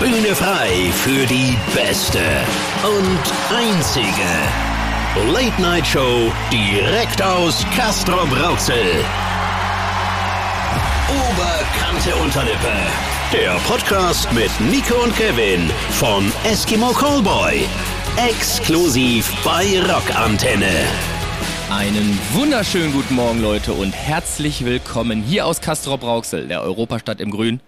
Bühne frei für die beste und einzige Late Night Show direkt aus Castro Brauxel. Oberkante Unterlippe. Der Podcast mit Nico und Kevin von Eskimo Callboy. Exklusiv bei Rock Antenne. Einen wunderschönen guten Morgen, Leute, und herzlich willkommen hier aus Castrop-Rauxel, der Europastadt im Grün,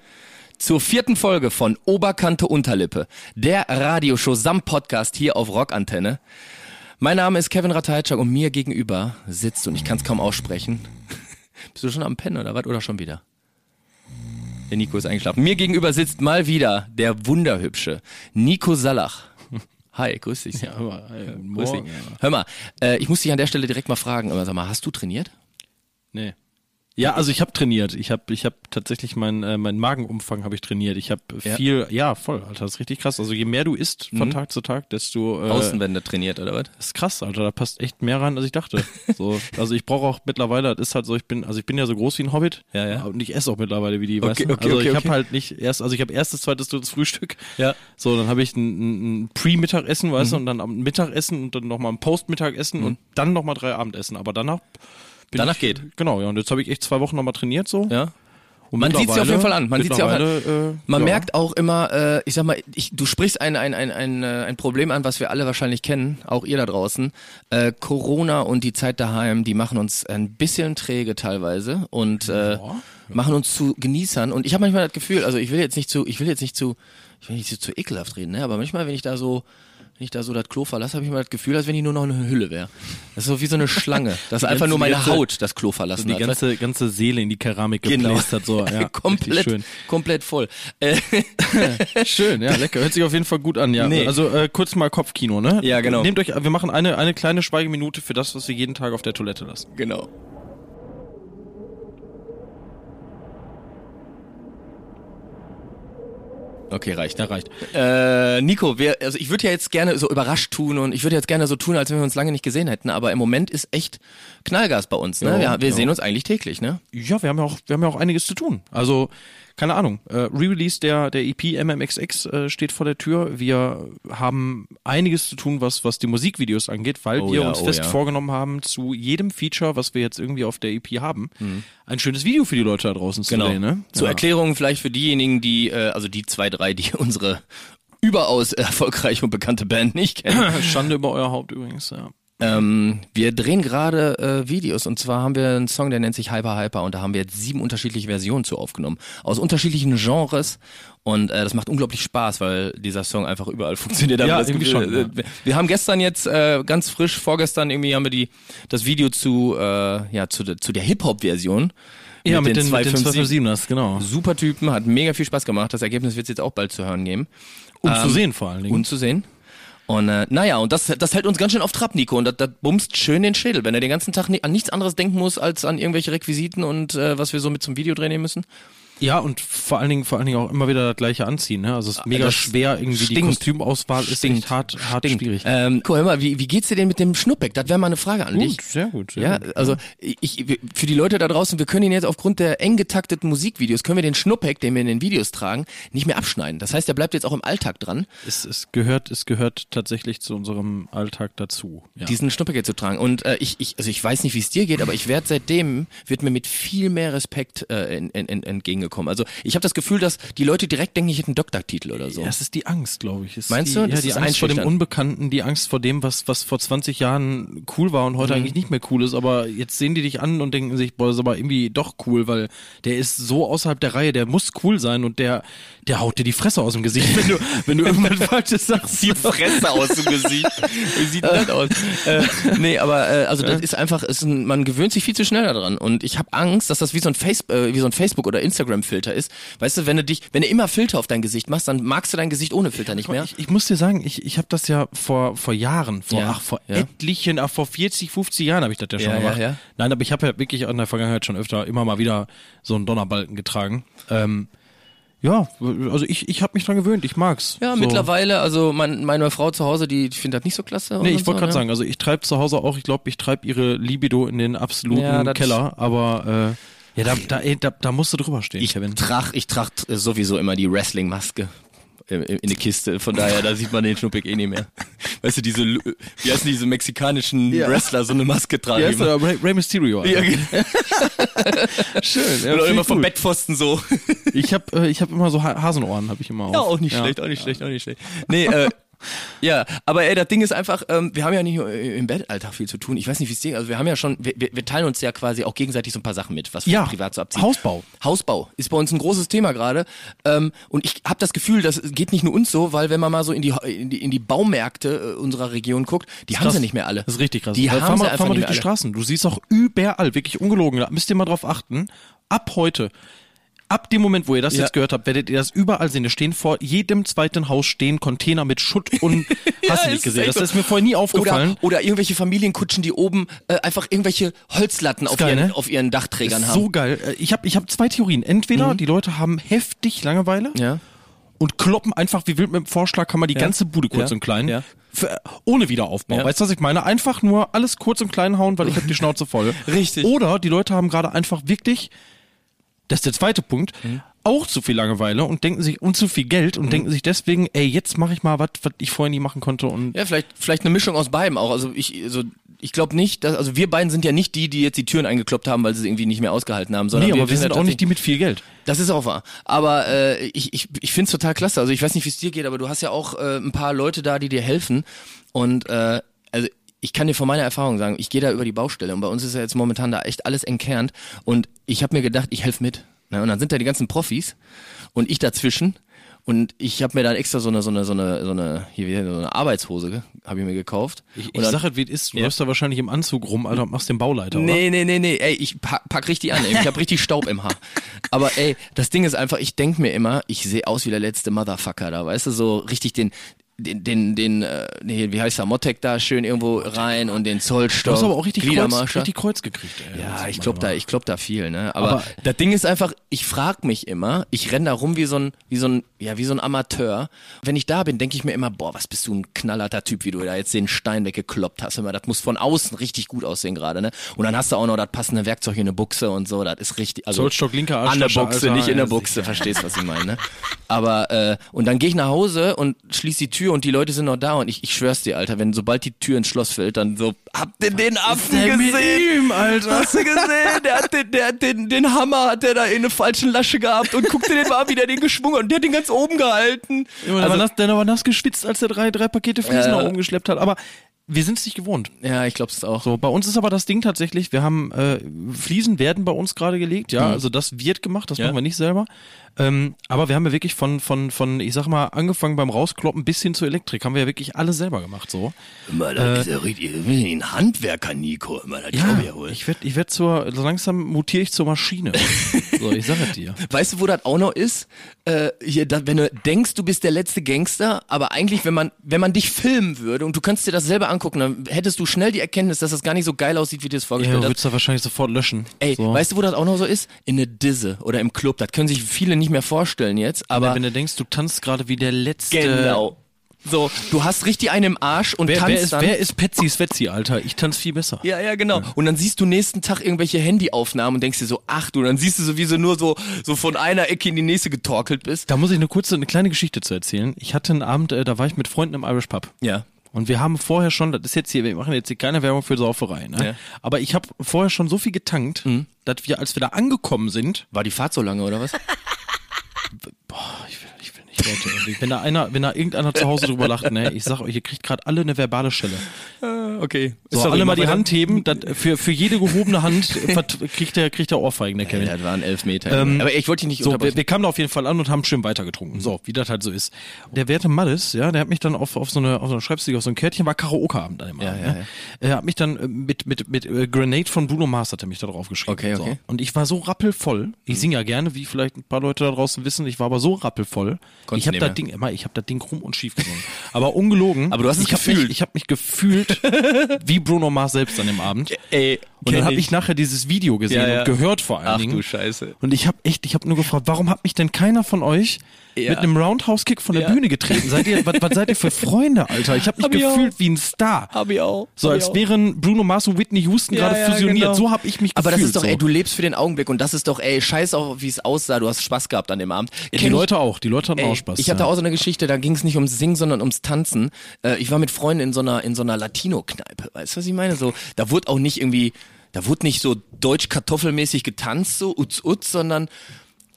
zur vierten Folge von Oberkante Unterlippe, der Radioshow samt Podcast hier auf Rockantenne. Mein Name ist Kevin Ratajczak und mir gegenüber sitzt, und ich kann es kaum aussprechen, bist du schon am Pennen oder was? Oder schon wieder? Der Nico ist eingeschlafen. Mir gegenüber sitzt mal wieder der wunderhübsche Nico Salach. Hi, grüß dich. Ja, äh, Grüß dich. Hör mal, äh, ich muss dich an der Stelle direkt mal fragen, aber sag mal, hast du trainiert? Nee. Ja, also ich habe trainiert. Ich habe ich hab tatsächlich meinen äh, meinen Magenumfang habe ich trainiert. Ich habe Ja. Mhm. viel, ja voll, Alter, das ist richtig krass. Also je mehr du isst von Tag zu Tag, desto äh, Außenwände trainiert oder was? Das ist krass, Alter. Da passt echt mehr rein, als ich dachte. So, also ich brauche auch mittlerweile, das ist halt so, ich bin, also ich bin ja so groß wie ein Hobbit. Ja, ja. Und ich esse auch mittlerweile wie die. weißt du? okay, also okay, ich okay. habe halt nicht erst, also ich habe erstes, zweites, drittes Frühstück. Ja. Mhm. So, dann habe ich ein, ein, ein Pre-Mittagessen, weißt du, und dann am Mittagessen und dann nochmal ein Post-Mittagessen und dann nochmal drei Abendessen. Aber danach bin Danach ich, geht. Genau, ja. Und jetzt habe ich echt zwei Wochen nochmal trainiert so. Ja. Und Man sieht sie auf jeden mittlerweile- Fall an. Man sieht sie auch an. mittlerweile, äh, Man ja. merkt auch immer, äh, ich sag mal, ich, du sprichst ein, ein, ein, ein, äh, ein Problem an, was wir alle wahrscheinlich kennen, auch ihr da draußen. Äh, Corona und die Zeit daheim, die machen uns ein bisschen träge teilweise und äh, machen uns zu Genießern. Und ich habe manchmal das Gefühl, also ich will jetzt nicht zu, ich will jetzt nicht zu, ich will nicht zu, zu ekelhaft reden, ne? aber manchmal, wenn ich da so wenn ich da so das Klo verlasse, habe ich immer das Gefühl, als wenn ich nur noch eine Hülle wäre. Das ist so wie so eine Schlange, dass einfach ganze- nur meine ganze- Haut das Klo verlassen die hat. ganze, ganze Seele in die Keramik geplästert, so, ja. Richtig Genau. komplett, schön. komplett voll. Äh, Schön, ja, lecker. Hört sich auf jeden Fall gut an, ja. Nee. Also äh, kurz mal Kopfkino, ne? Ja, genau. Nehmt euch, wir machen eine, eine kleine Schweigeminute für das, was wir jeden Tag auf der Toilette lassen. genau. Okay, reicht. Ja, reicht. Äh, Nico, wir, also ich würde ja jetzt gerne so überrascht tun und ich würde jetzt gerne so tun, als wenn wir uns lange nicht gesehen hätten, aber im Moment ist echt Knallgas bei uns. Ne? Ja, genau. wir wir ja. sehen uns eigentlich täglich, ne? Ja, wir haben ja auch, wir haben ja auch einiges zu tun. Also, keine Ahnung. Äh, Re-Release der, der E EP MMXX äh, steht vor der Tür. Wir haben einiges zu tun, was, was die Musikvideos angeht, weil Oh wir ja, uns oh fest ja. vorgenommen haben, zu jedem Feature, was wir jetzt irgendwie auf der EP haben, ein schönes Video für die Leute da draußen Mhm. zu drehen, ne? Genau. Zur Ja. Erklärung vielleicht für diejenigen, die, äh, also die zwei, drei, die unsere überaus erfolgreiche und bekannte Band nicht kennen. Schande über euer Haupt übrigens, ja. Ähm, wir drehen gerade äh, Videos und zwar haben wir einen Song, der nennt sich Hyper Hyper und da haben wir jetzt sieben unterschiedliche Versionen zu aufgenommen. Aus unterschiedlichen Genres und äh, das macht unglaublich Spaß, weil dieser Song einfach überall funktioniert. Ja, Aber das irgendwie Gefühl, schon, äh, ja. wir- Wir haben gestern jetzt äh, ganz frisch, vorgestern irgendwie haben wir die, das Video zu, äh, ja, zu, der- zu der Hip-Hop-Version. Ja, mit, den, mit den 257. 257ers, genau. Super Typen, hat mega viel Spaß gemacht. Das Ergebnis wird es jetzt auch bald zu hören geben Ähm, Und zu sehen vor allen Dingen. und zu sehen. Und äh, naja, und das, das hält uns ganz schön auf Trab, Nico. Und das, das bumst schön den Schädel, wenn er den ganzen Tag ni an nichts anderes denken muss, als an irgendwelche Requisiten und äh, was wir so mit zum Video drehen müssen. ja, und vor allen Dingen, vor allen Dingen auch immer wieder das gleiche anziehen. Ne? Also es ist mega das schwer, irgendwie die stinkt. Kostümauswahl ist Stinkt. echt hart, hart schwierig. Ähm, guck, hör mal, wie, wie geht's dir denn mit dem Schnuppbeck? Das wäre mal eine Frage an dich. sehr gut. Sehr Ja, gut. also ich, ich- für die Leute da draußen, wir können ihn jetzt aufgrund der eng getakteten Musikvideos, können wir den Schnuppheck, den wir in den Videos tragen, nicht mehr abschneiden. Das heißt, der bleibt jetzt auch im Alltag dran. Es, es, gehört, es gehört tatsächlich zu unserem Alltag dazu. Ja. diesen Schnuppergeld zu tragen. Und äh, ich, ich, also ich weiß nicht, wie es dir geht, aber ich werde seitdem, wird mir mit viel mehr Respekt äh, en, en, en, entgegengekommen. Also ich habe das Gefühl, dass die Leute direkt denken, ich hätte einen Doktortitel oder so. Ja, es ist die Angst, glaube ich. Es ist Meinst die, du? Ja, Das die ist Angst vor dem einschüchternd. Unbekannten, die Angst vor dem, was, was vor 20 Jahren cool war und heute eigentlich nicht mehr cool ist. Aber jetzt sehen die dich an und denken sich, boah, das ist aber irgendwie doch cool, weil der ist so außerhalb der Reihe, der muss cool sein und der, der haut dir die Fresse aus dem Gesicht, wenn du, wenn du irgendwas Falsches sagst. Die Fresse aus dem Gesicht. Wie sieht denn das aus? Äh, nee, aber äh, also das ist einfach, ist ein, man gewöhnt sich viel zu schnell daran. Und ich habe Angst, dass das wie so ein, Face, äh, wie so ein Facebook- oder Instagram-Filter ist. Weißt du, wenn du dich, wenn du immer Filter auf dein Gesicht machst, dann magst du dein Gesicht ohne Filter nicht mehr. Ich, ich muss dir sagen, ich, ich habe das ja vor, vor Jahren, vor, Ja, ach, vor ja. etlichen, ach, vor 40, 50 Jahren habe ich das ja schon Ja, ja, gemacht. ja. Nein, aber ich habe ja wirklich in der Vergangenheit schon öfter immer mal wieder so einen Donnerbalken getragen. Ähm, ja, also ich, ich habe mich dran gewöhnt, ich mag's. Ja, so. mittlerweile, also mein, meine Frau zu Hause, die findet das nicht so klasse. Nee, und ich wollte so, gerade ne? sagen, also ich treibe zu Hause auch, ich glaube, ich treibe ihre Libido in den absoluten Ja, das- Keller, aber äh, ja, da, da, ey, da, da musst du drüber stehen, Kevin. Trach, ich trage sowieso immer die Wrestling-Maske. in, in eine Kiste. Von daher, da sieht man den Schnuppig eh nicht mehr. Weißt du, diese, Lu- wie heißen diese mexikanischen Ja. Wrestler, so eine Maske tragen. Ja, die ist doch Rey, Rey Mysterio. Alter. Ja, genau. schön. Oder find immer ich vom gut. Bettpfosten so. Ich habe äh, ich hab immer so ha Hasenohren, habe ich immer auf. Ja, auch nicht schlecht, auch nicht schlecht, auch nicht schlecht. Nee, äh, ja, aber ey, das Ding ist einfach, ähm, wir haben ja nicht nur äh, im Bettalltag viel zu tun. Ich weiß nicht, wie es dir, also wir haben ja schon, wir, wir, wir teilen uns ja quasi auch gegenseitig so ein paar Sachen mit, was wir Ja, privat so abziehen. Hausbau. Hausbau ist bei uns ein großes Thema gerade. Ähm, und ich habe das Gefühl, das geht nicht nur uns so, weil wenn man mal so in die, in die, in die Baumärkte äh, unserer Region guckt, die haben Krass. sie nicht mehr alle. Das ist richtig krass. Die Weil fahr haben sie mal, fahr einfach mal nicht durch mehr die alle. Straßen. Du siehst auch überall, wirklich ungelogen. Da müsst ihr mal drauf achten. Ab heute, ab dem Moment, wo ihr das Ja. jetzt gehört habt, werdet ihr das überall sehen. Es stehen vor jedem zweiten Haus stehen Container mit Schutt und hast Ja, du nicht es ist gesehen. echt Das so. ist mir vorher nie aufgefallen. Oder, oder irgendwelche Familienkutschen, die oben äh, einfach irgendwelche Holzlatten auf, geil, ihren, ne? auf ihren Dachträgern haben. Mhm. so geil. Äh, Ich habe ich hab zwei Theorien. Entweder die Leute haben heftig Langeweile Ja. und kloppen einfach wie wild mit dem Vorschlaghammer die ganze Bude kurz Ja. und klein. Ja. Für, ohne Wiederaufbau. Ja. Weißt du, was ich meine? Einfach nur alles kurz und klein hauen, weil ich hab die Schnauze voll. Richtig. Oder die Leute haben gerade einfach wirklich, das ist der zweite Punkt, Mhm. auch zu viel Langeweile und denken sich und zu viel Geld und denken sich deswegen, ey, jetzt mache ich mal was, was ich vorher nie machen konnte und Ja, vielleicht, vielleicht eine Mischung aus beidem auch. Also ich, also ich glaube nicht, dass, also wir beiden sind ja nicht die, die jetzt die Türen eingekloppt haben, weil sie es irgendwie nicht mehr ausgehalten haben, sondern Nee, aber wir sind ja auch nicht die mit viel Geld. tatsächlich- Das ist auch wahr. Aber äh, ich, ich, ich finde es total klasse. Also ich weiß nicht, wie es dir geht, aber du hast ja auch äh, ein paar Leute da, die dir helfen. Und äh, also ich kann dir von meiner Erfahrung sagen, ich gehe da über die Baustelle und bei uns ist ja jetzt momentan da echt alles entkernt. Und ich habe mir gedacht, ich helfe mit. Ne? Und dann sind da die ganzen Profis und ich dazwischen. Und ich habe mir dann extra so eine, so eine, so eine, so eine, hier, wie- so eine Arbeitshose habe ich mir gekauft. Ich, Und ich dann- sag es, wie es ist. Du läufst da wahrscheinlich im Anzug rum, Alter, und machst den Bauleiter, oder? Nee, nee, nee, nee, ey, ich pack, pack richtig an, ey. ich hab richtig Staub im Haar. Aber ey, das Ding ist einfach, ich denk mir immer, ich sehe aus wie der letzte Motherfucker da, weißt du, so richtig den, den, den, den äh, nee, wie heißt der, Mottek da schön irgendwo rein und den Zollstock. Du hast aber auch richtig Kreuz, Gliedermarscher. richtig Kreuz gekriegt. Ey. Ja, Jetzt ich mal klopp da, mal. ich klopp da viel, ne? Aber, Aber- das Ding ist einfach, ich frag mich immer, ich renn da rum wie so ein, wie so ein, ja, wie so ein Amateur. Wenn ich da bin, denke ich mir immer, boah, was bist du ein knallerter Typ, wie du da jetzt den Stein weggekloppt hast. Immer, das muss von außen richtig gut aussehen gerade, ne? Und dann hast du auch noch das passende Werkzeug in der Buchse und so, das ist richtig, also. Zollstock, linker An der Arschtasche, Buchse, Alter, nicht in der ja, Buchse, verstehst was ich meine, ne? Aber, äh, und dann gehe ich nach Hause und schließ die Tür und die Leute sind noch da und ich, ich schwör's dir, Alter, wenn sobald die Tür ins Schloss fällt, dann so, habt ihr den Affen Ey, mit gesehen? ihm, Alter. Hast du gesehen? Der hat den, der hat den, den Hammer hat der da in eine falschen Lasche gehabt und guckte den mal an, wie der den geschwungen hat. Und der hat den ganz oben gehalten. Also, Der war nass, der war nass geschwitzt, als er drei, drei Pakete Fliesen Ja. nach oben geschleppt hat. Aber wir sind es nicht gewohnt. ja, ich glaube es auch. So, bei uns ist aber das Ding tatsächlich, wir haben, äh, Fliesen werden bei uns gerade gelegt, ja, also das wird gemacht, das machen wir nicht selber. Ähm, aber wir haben ja wirklich von, von, von, ich sag mal, angefangen beim Rauskloppen bis hin zur Elektrik, haben wir ja wirklich alles selber gemacht, so. Immer, das ist ja richtig, ein Handwerker, Nico. Immer, das äh, Ja, Oh, ich werd, ich werd zur, langsam mutiere ich zur Maschine. so, ich sag es dir. Weißt du, wo das auch noch ist? Äh, hier, da, wenn du denkst, du bist der letzte Gangster, aber eigentlich, wenn man, wenn man dich filmen würde und du kannst dir das selber angucken, dann hättest du schnell die Erkenntnis, dass das gar nicht so geil aussieht, wie du es Ja, vorgestellt du hast. würdest da wahrscheinlich sofort löschen. Ey, so. weißt du, wo das auch noch so ist? In der Disse oder im Club. Das können sich viele nicht mehr vorstellen jetzt, aber. wenn du denkst, du tanzt gerade wie der letzte. Genau. So, du hast richtig einen im Arsch und Wer, tanzt wer, ist, dann. wer ist Petsy Swetsy, Alter? Ich tanz viel besser. ja, ja, genau. Und dann siehst du nächsten Tag irgendwelche Handyaufnahmen und denkst dir so, ach du, und dann siehst du so, wie du nur so, so von einer Ecke in die nächste getorkelt bist. Da muss ich eine kurze, eine kleine Geschichte zu erzählen. Ich hatte einen Abend, äh, da war ich mit Freunden im Irish Pub. Ja. Und wir haben vorher schon, das ist jetzt hier, wir machen jetzt hier keine Werbung für Sauferei, ne? Ja. Aber ich habe vorher schon so viel getankt, dass wir, als wir da angekommen sind, War die Fahrt so lange, oder was? boah, ich will, ich will nicht, Leute, irgendwie. wenn da einer, wenn da irgendeiner zu Hause drüber lacht, ne, ich sag euch, ihr kriegt gerade alle eine verbale Schelle. okay. So, alle mal die Hand heben, dat, für, für jede gehobene Hand äh, vert- kriegt der, kriegt der Ohrfeigen, der Kevin. Ja, das waren elf Meter. Aber ich wollte dich nicht Ähm, So, wir, unterbrechen. wir kamen da auf jeden Fall an und haben schön weitergetrunken. So, wie das halt so ist. Der werte Maddes, ja, der hat mich dann auf, auf so eine, auf so eine Schreibstick, auf so ein Kärtchen, war Karaoke-Abend an dem Abend. ja, ne? Er hat mich dann äh, mit, mit, mit äh, Grenade von Bruno Mars hat er mich da drauf geschrieben. Okay, okay. Mhm. So. Und ich war so rappelvoll. Ich singe ja gerne, wie vielleicht ein paar Leute da draußen wissen. Ich war aber so rappelvoll. Konntest ich habe nicht das mehr. Ding, immer, ich habe das Ding rum und schief gesungen. aber ungelogen. Aber du hast es ich hab gefühlt. Mich, ich habe mich gefühlt wie Bruno Mars selbst an dem Abend. Ey, Und dann kenn habe ich nachher dieses Video gesehen Ja, ja. und gehört vor allen Ach Dingen. du Scheiße. Und ich habe echt, ich habe nur gefragt, warum hat mich denn keiner von euch Ja. mit einem Roundhouse-Kick von der Ja. Bühne getreten? Seid ihr, was, was seid ihr für Freunde, Alter? Ich habe mich Hab ich auch. gefühlt wie ein Star. Hab ich auch. So Hab ich als auch. wären Bruno Mars und Whitney Houston Ja, gerade ja, fusioniert. genau. So habe ich mich Aber das gefühlt. ist doch, so. ey, du lebst für den Augenblick und das ist doch, ey, scheiß auf, wie es aussah, du hast Spaß gehabt an dem Abend. Ja, Kenn die ich- Leute auch, die Leute hatten Ey, auch Spaß. Ich hatte ja. auch so eine Geschichte, da ging es nicht ums Singen, sondern ums Tanzen. Äh, ich war mit Freunden in so einer, in so einer Latino-Kneipe. Weißt du, was ich meine? So, da wurde auch nicht irgendwie, da wurde nicht so deutsch-kartoffelmäßig getanzt, so utz utz, sondern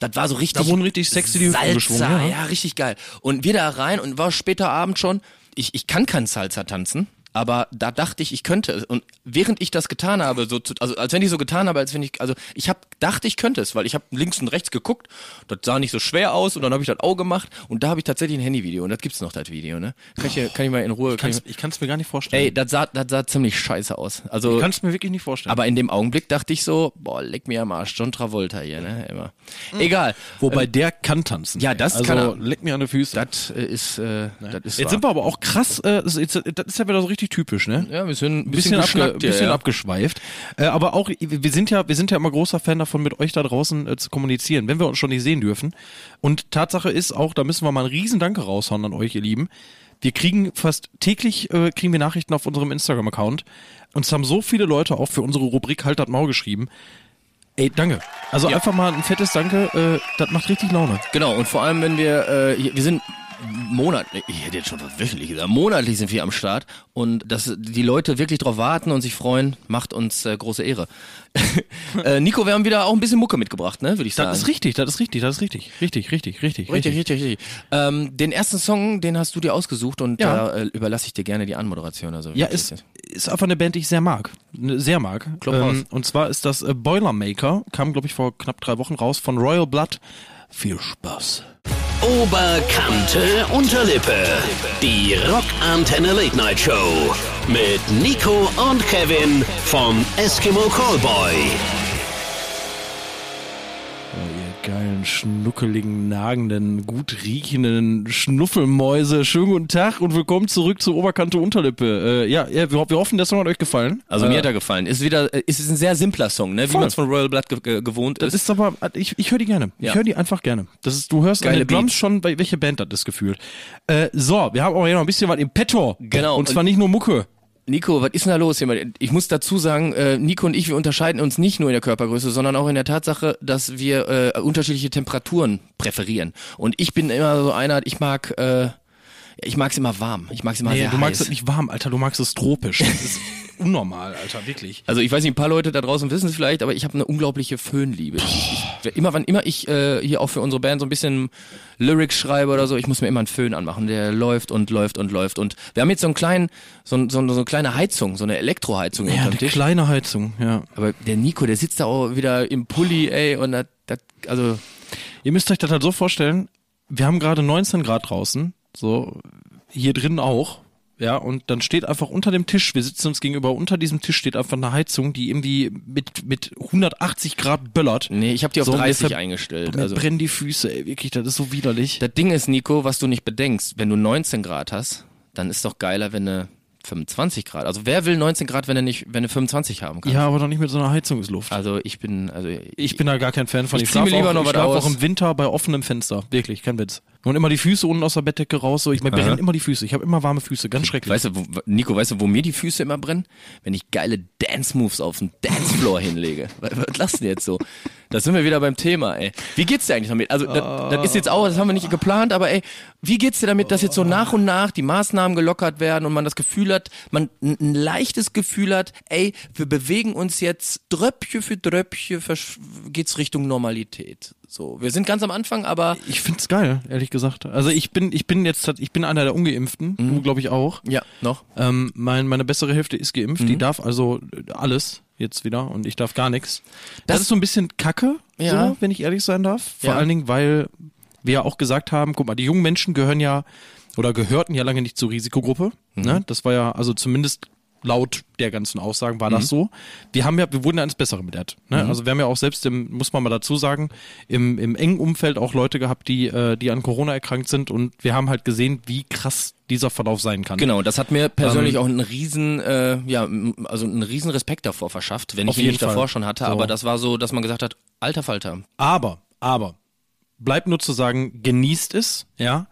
das war so richtig. Da wurden richtig sexy die Hüften geschwungen, Salsa, ja. ja, richtig geil. Und wir da rein und war später Abend schon. Ich, ich kann kein Salsa tanzen. Aber da dachte ich, ich könnte es. Und während ich das getan habe, so zu, also als wenn ich so getan habe, als wenn ich, also ich habe dachte, ich könnte es, weil ich habe links und rechts geguckt, das sah nicht so schwer aus und dann habe ich das auch gemacht und da habe ich tatsächlich ein Handyvideo und das gibt's noch, das Video, ne? Kann ich, hier- kann ich mal in Ruhe. Kann ich, Kann's, ich kann es mir gar nicht vorstellen. ey, das sah, das sah ziemlich scheiße aus. Also ich kann es mir wirklich nicht vorstellen. aber in dem Augenblick dachte ich so, boah, leck mir am Arsch, John Travolta hier, ne? Immer. Mhm. Egal. Wobei der kann tanzen. Ähm, Ja, das also, kann er. Leck mir an die Füße. Das äh, ist, äh, das ist jetzt wahr. sind wir aber auch krass, äh, das ist das ist ja wieder so richtig typisch, ne? ja, wir sind ein bisschen, bisschen, abge geschnackt hier, bisschen ja. abgeschweift. Äh, aber auch, wir sind ja, wir sind ja immer großer Fan davon, mit euch da draußen äh, zu kommunizieren, wenn wir uns schon nicht sehen dürfen. Und Tatsache ist auch, da müssen wir mal einen riesen Danke raushauen an euch, ihr Lieben. Wir kriegen fast täglich äh, kriegen wir Nachrichten auf unserem Instagram-Account. Uns haben so viele Leute auch für unsere Rubrik Halt das Maul geschrieben. Ey, danke. Also einfach mal ein fettes Danke. Äh, das macht richtig Laune. Genau, und vor allem, wenn wir, äh, hier- wir sind monatlich, ich hätte jetzt schon was wöchentlich gesagt, monatlich sind wir am Start und dass die Leute wirklich drauf warten und sich freuen, macht uns äh, große Ehre. äh, Nico, wir haben wieder auch ein bisschen Mucke mitgebracht, ne, würde ich sagen. Das ist richtig, das ist richtig, das ist richtig. Richtig, richtig, richtig. richtig, richtig, richtig. Ähm, den ersten Song, den hast du dir ausgesucht und Ja. da äh, überlasse ich dir gerne die Anmoderation. Also, Ja, ist, ist einfach eine Band, die ich sehr mag. Ne, Sehr mag. raus. und zwar ist das äh, Boilermaker, kam glaube ich vor knapp drei Wochen raus, von Royal Blood. Viel Spaß. Oberkante Unterlippe. Die Rockantenne Late Night Show. Mit Nico und Kevin vom Eskimo Callboy. Ja, ihr geilen, schnuckeligen, nagenden, gut riechenden Schnuffelmäuse. Schönen guten Tag und willkommen zurück zu Oberkante Unterlippe. Äh, ja, ja wir, ho- wir hoffen, der Song hat euch gefallen. Also äh, mir hat er gefallen. Ist wieder, äh, ist ein sehr simpler Song, ne? Wie Voll. man es von Royal Blood ge ge gewohnt das ist. Äh, ist aber, ich, ich höre die gerne. Ja. Ich höre die einfach gerne. Das ist, du hörst an Geile den Drums Beats. schon, bei, welche Band das ist gefühlt. Äh, so, wir haben auch hier noch ein bisschen was im Petto. Genau. Und zwar nicht nur Mucke. Nico, was ist denn da los? hier? Ich muss dazu sagen, äh, Nico und ich, wir unterscheiden uns nicht nur in der Körpergröße, sondern auch in der Tatsache, dass wir äh, unterschiedliche Temperaturen präferieren. Und ich bin immer so einer, ich mag, äh, ich mag's immer warm. Ich mag's immer Nee, sehr Also, du magst es heiß. nicht warm, Alter, du magst es tropisch. Das ist unnormal, Alter, wirklich. Also ich weiß nicht, ein paar Leute da draußen wissen es vielleicht, aber ich habe eine unglaubliche Föhnliebe. Ich, ich, immer wann immer ich äh, hier auch für unsere Band so ein bisschen Lyrics schreibe oder so, ich muss mir immer einen Föhn anmachen, der läuft und läuft und läuft. Und wir haben jetzt so einen kleinen, so, ein- so, ein- so eine kleine Heizung, so eine Elektroheizung Ja, unterm eine Tisch. kleine Heizung, ja. Aber der Nico, der sitzt da auch wieder im Pulli, ey, und das, das also, Ihr müsst euch das halt so vorstellen, wir haben gerade 19 Grad draußen, so hier drin auch. Ja, und dann steht einfach unter dem Tisch, wir sitzen uns gegenüber, unter diesem Tisch steht einfach eine Heizung, die irgendwie mit, mit 180 Grad böllert. nee, ich habe die auf So, und wir 30 ver- eingestellt. Mir Also, brennen die Füße, ey, wirklich, das ist so widerlich. das Ding ist, Nico, was du nicht bedenkst, wenn du 19 Grad hast, dann ist doch geiler, wenn du 25 Grad. Also, wer will 19 Grad, wenn er nicht, wenn er 25 haben kann? Ja, aber doch nicht mit so einer Heizungsluft. Also, ich bin, also, ich, Ich bin da gar kein Fan von. Ich zieh mir schlaf lieber auch, noch ich was schlaf aus. auch im Winter bei offenem Fenster. Wirklich, kein Witz. Und immer die Füße unten aus der Bettdecke raus. So, ich mir brennen immer die Füße. Ich habe immer warme Füße. Ganz schrecklich. weißt du, wo, Nico, weißt du, wo mir die Füße immer brennen? Wenn ich geile Dance-Moves auf den Dancefloor hinlege. Was, was lassen jetzt so? Da sind wir wieder beim Thema, ey. Wie geht's dir eigentlich damit? Also, das, das ist jetzt auch, das haben wir nicht geplant, aber ey, wie geht's dir damit, dass jetzt so nach und nach die Maßnahmen gelockert werden und man das Gefühl hat, man ein ein leichtes Gefühl hat, ey, wir bewegen uns jetzt Dröppchen für Dröppchen, versch- geht's Richtung Normalität. So, wir sind ganz am Anfang, aber ich find's geil, ehrlich gesagt. Also ich bin, ich bin jetzt, ich bin einer der Ungeimpften. Mhm. Du, glaube ich, auch. ja, noch. Ähm, mein, meine bessere Hälfte ist geimpft. Mhm. Die darf also alles jetzt wieder und ich darf gar nichts. Das, Das- ist so ein bisschen Kacke, Ja. so, wenn ich ehrlich sein darf. Vor Ja. allen Dingen, weil wir ja auch gesagt haben, guck mal, die jungen Menschen gehören ja oder gehörten ja lange nicht zur Risikogruppe. Mhm. Ne? Das war ja, also zumindest laut der ganzen Aussagen war das Mhm. so. Wir haben ja, wir wurden ja ins Bessere belehrt. Ne? Also wir haben ja auch selbst, im, muss man mal dazu sagen, im, im engen Umfeld auch Leute gehabt, die, äh, die an Corona erkrankt sind und wir haben halt gesehen, wie krass dieser Verlauf sein kann. Genau, das hat Ähm, mir persönlich auch einen riesen, äh, ja, m- also einen riesen Respekt davor verschafft, wenn Auf ich ihn jeden nicht Fall. davor schon hatte, So. aber das war so, dass man gesagt hat, alter Falter. Aber, aber, bleibt nur zu sagen, genießt es, ja.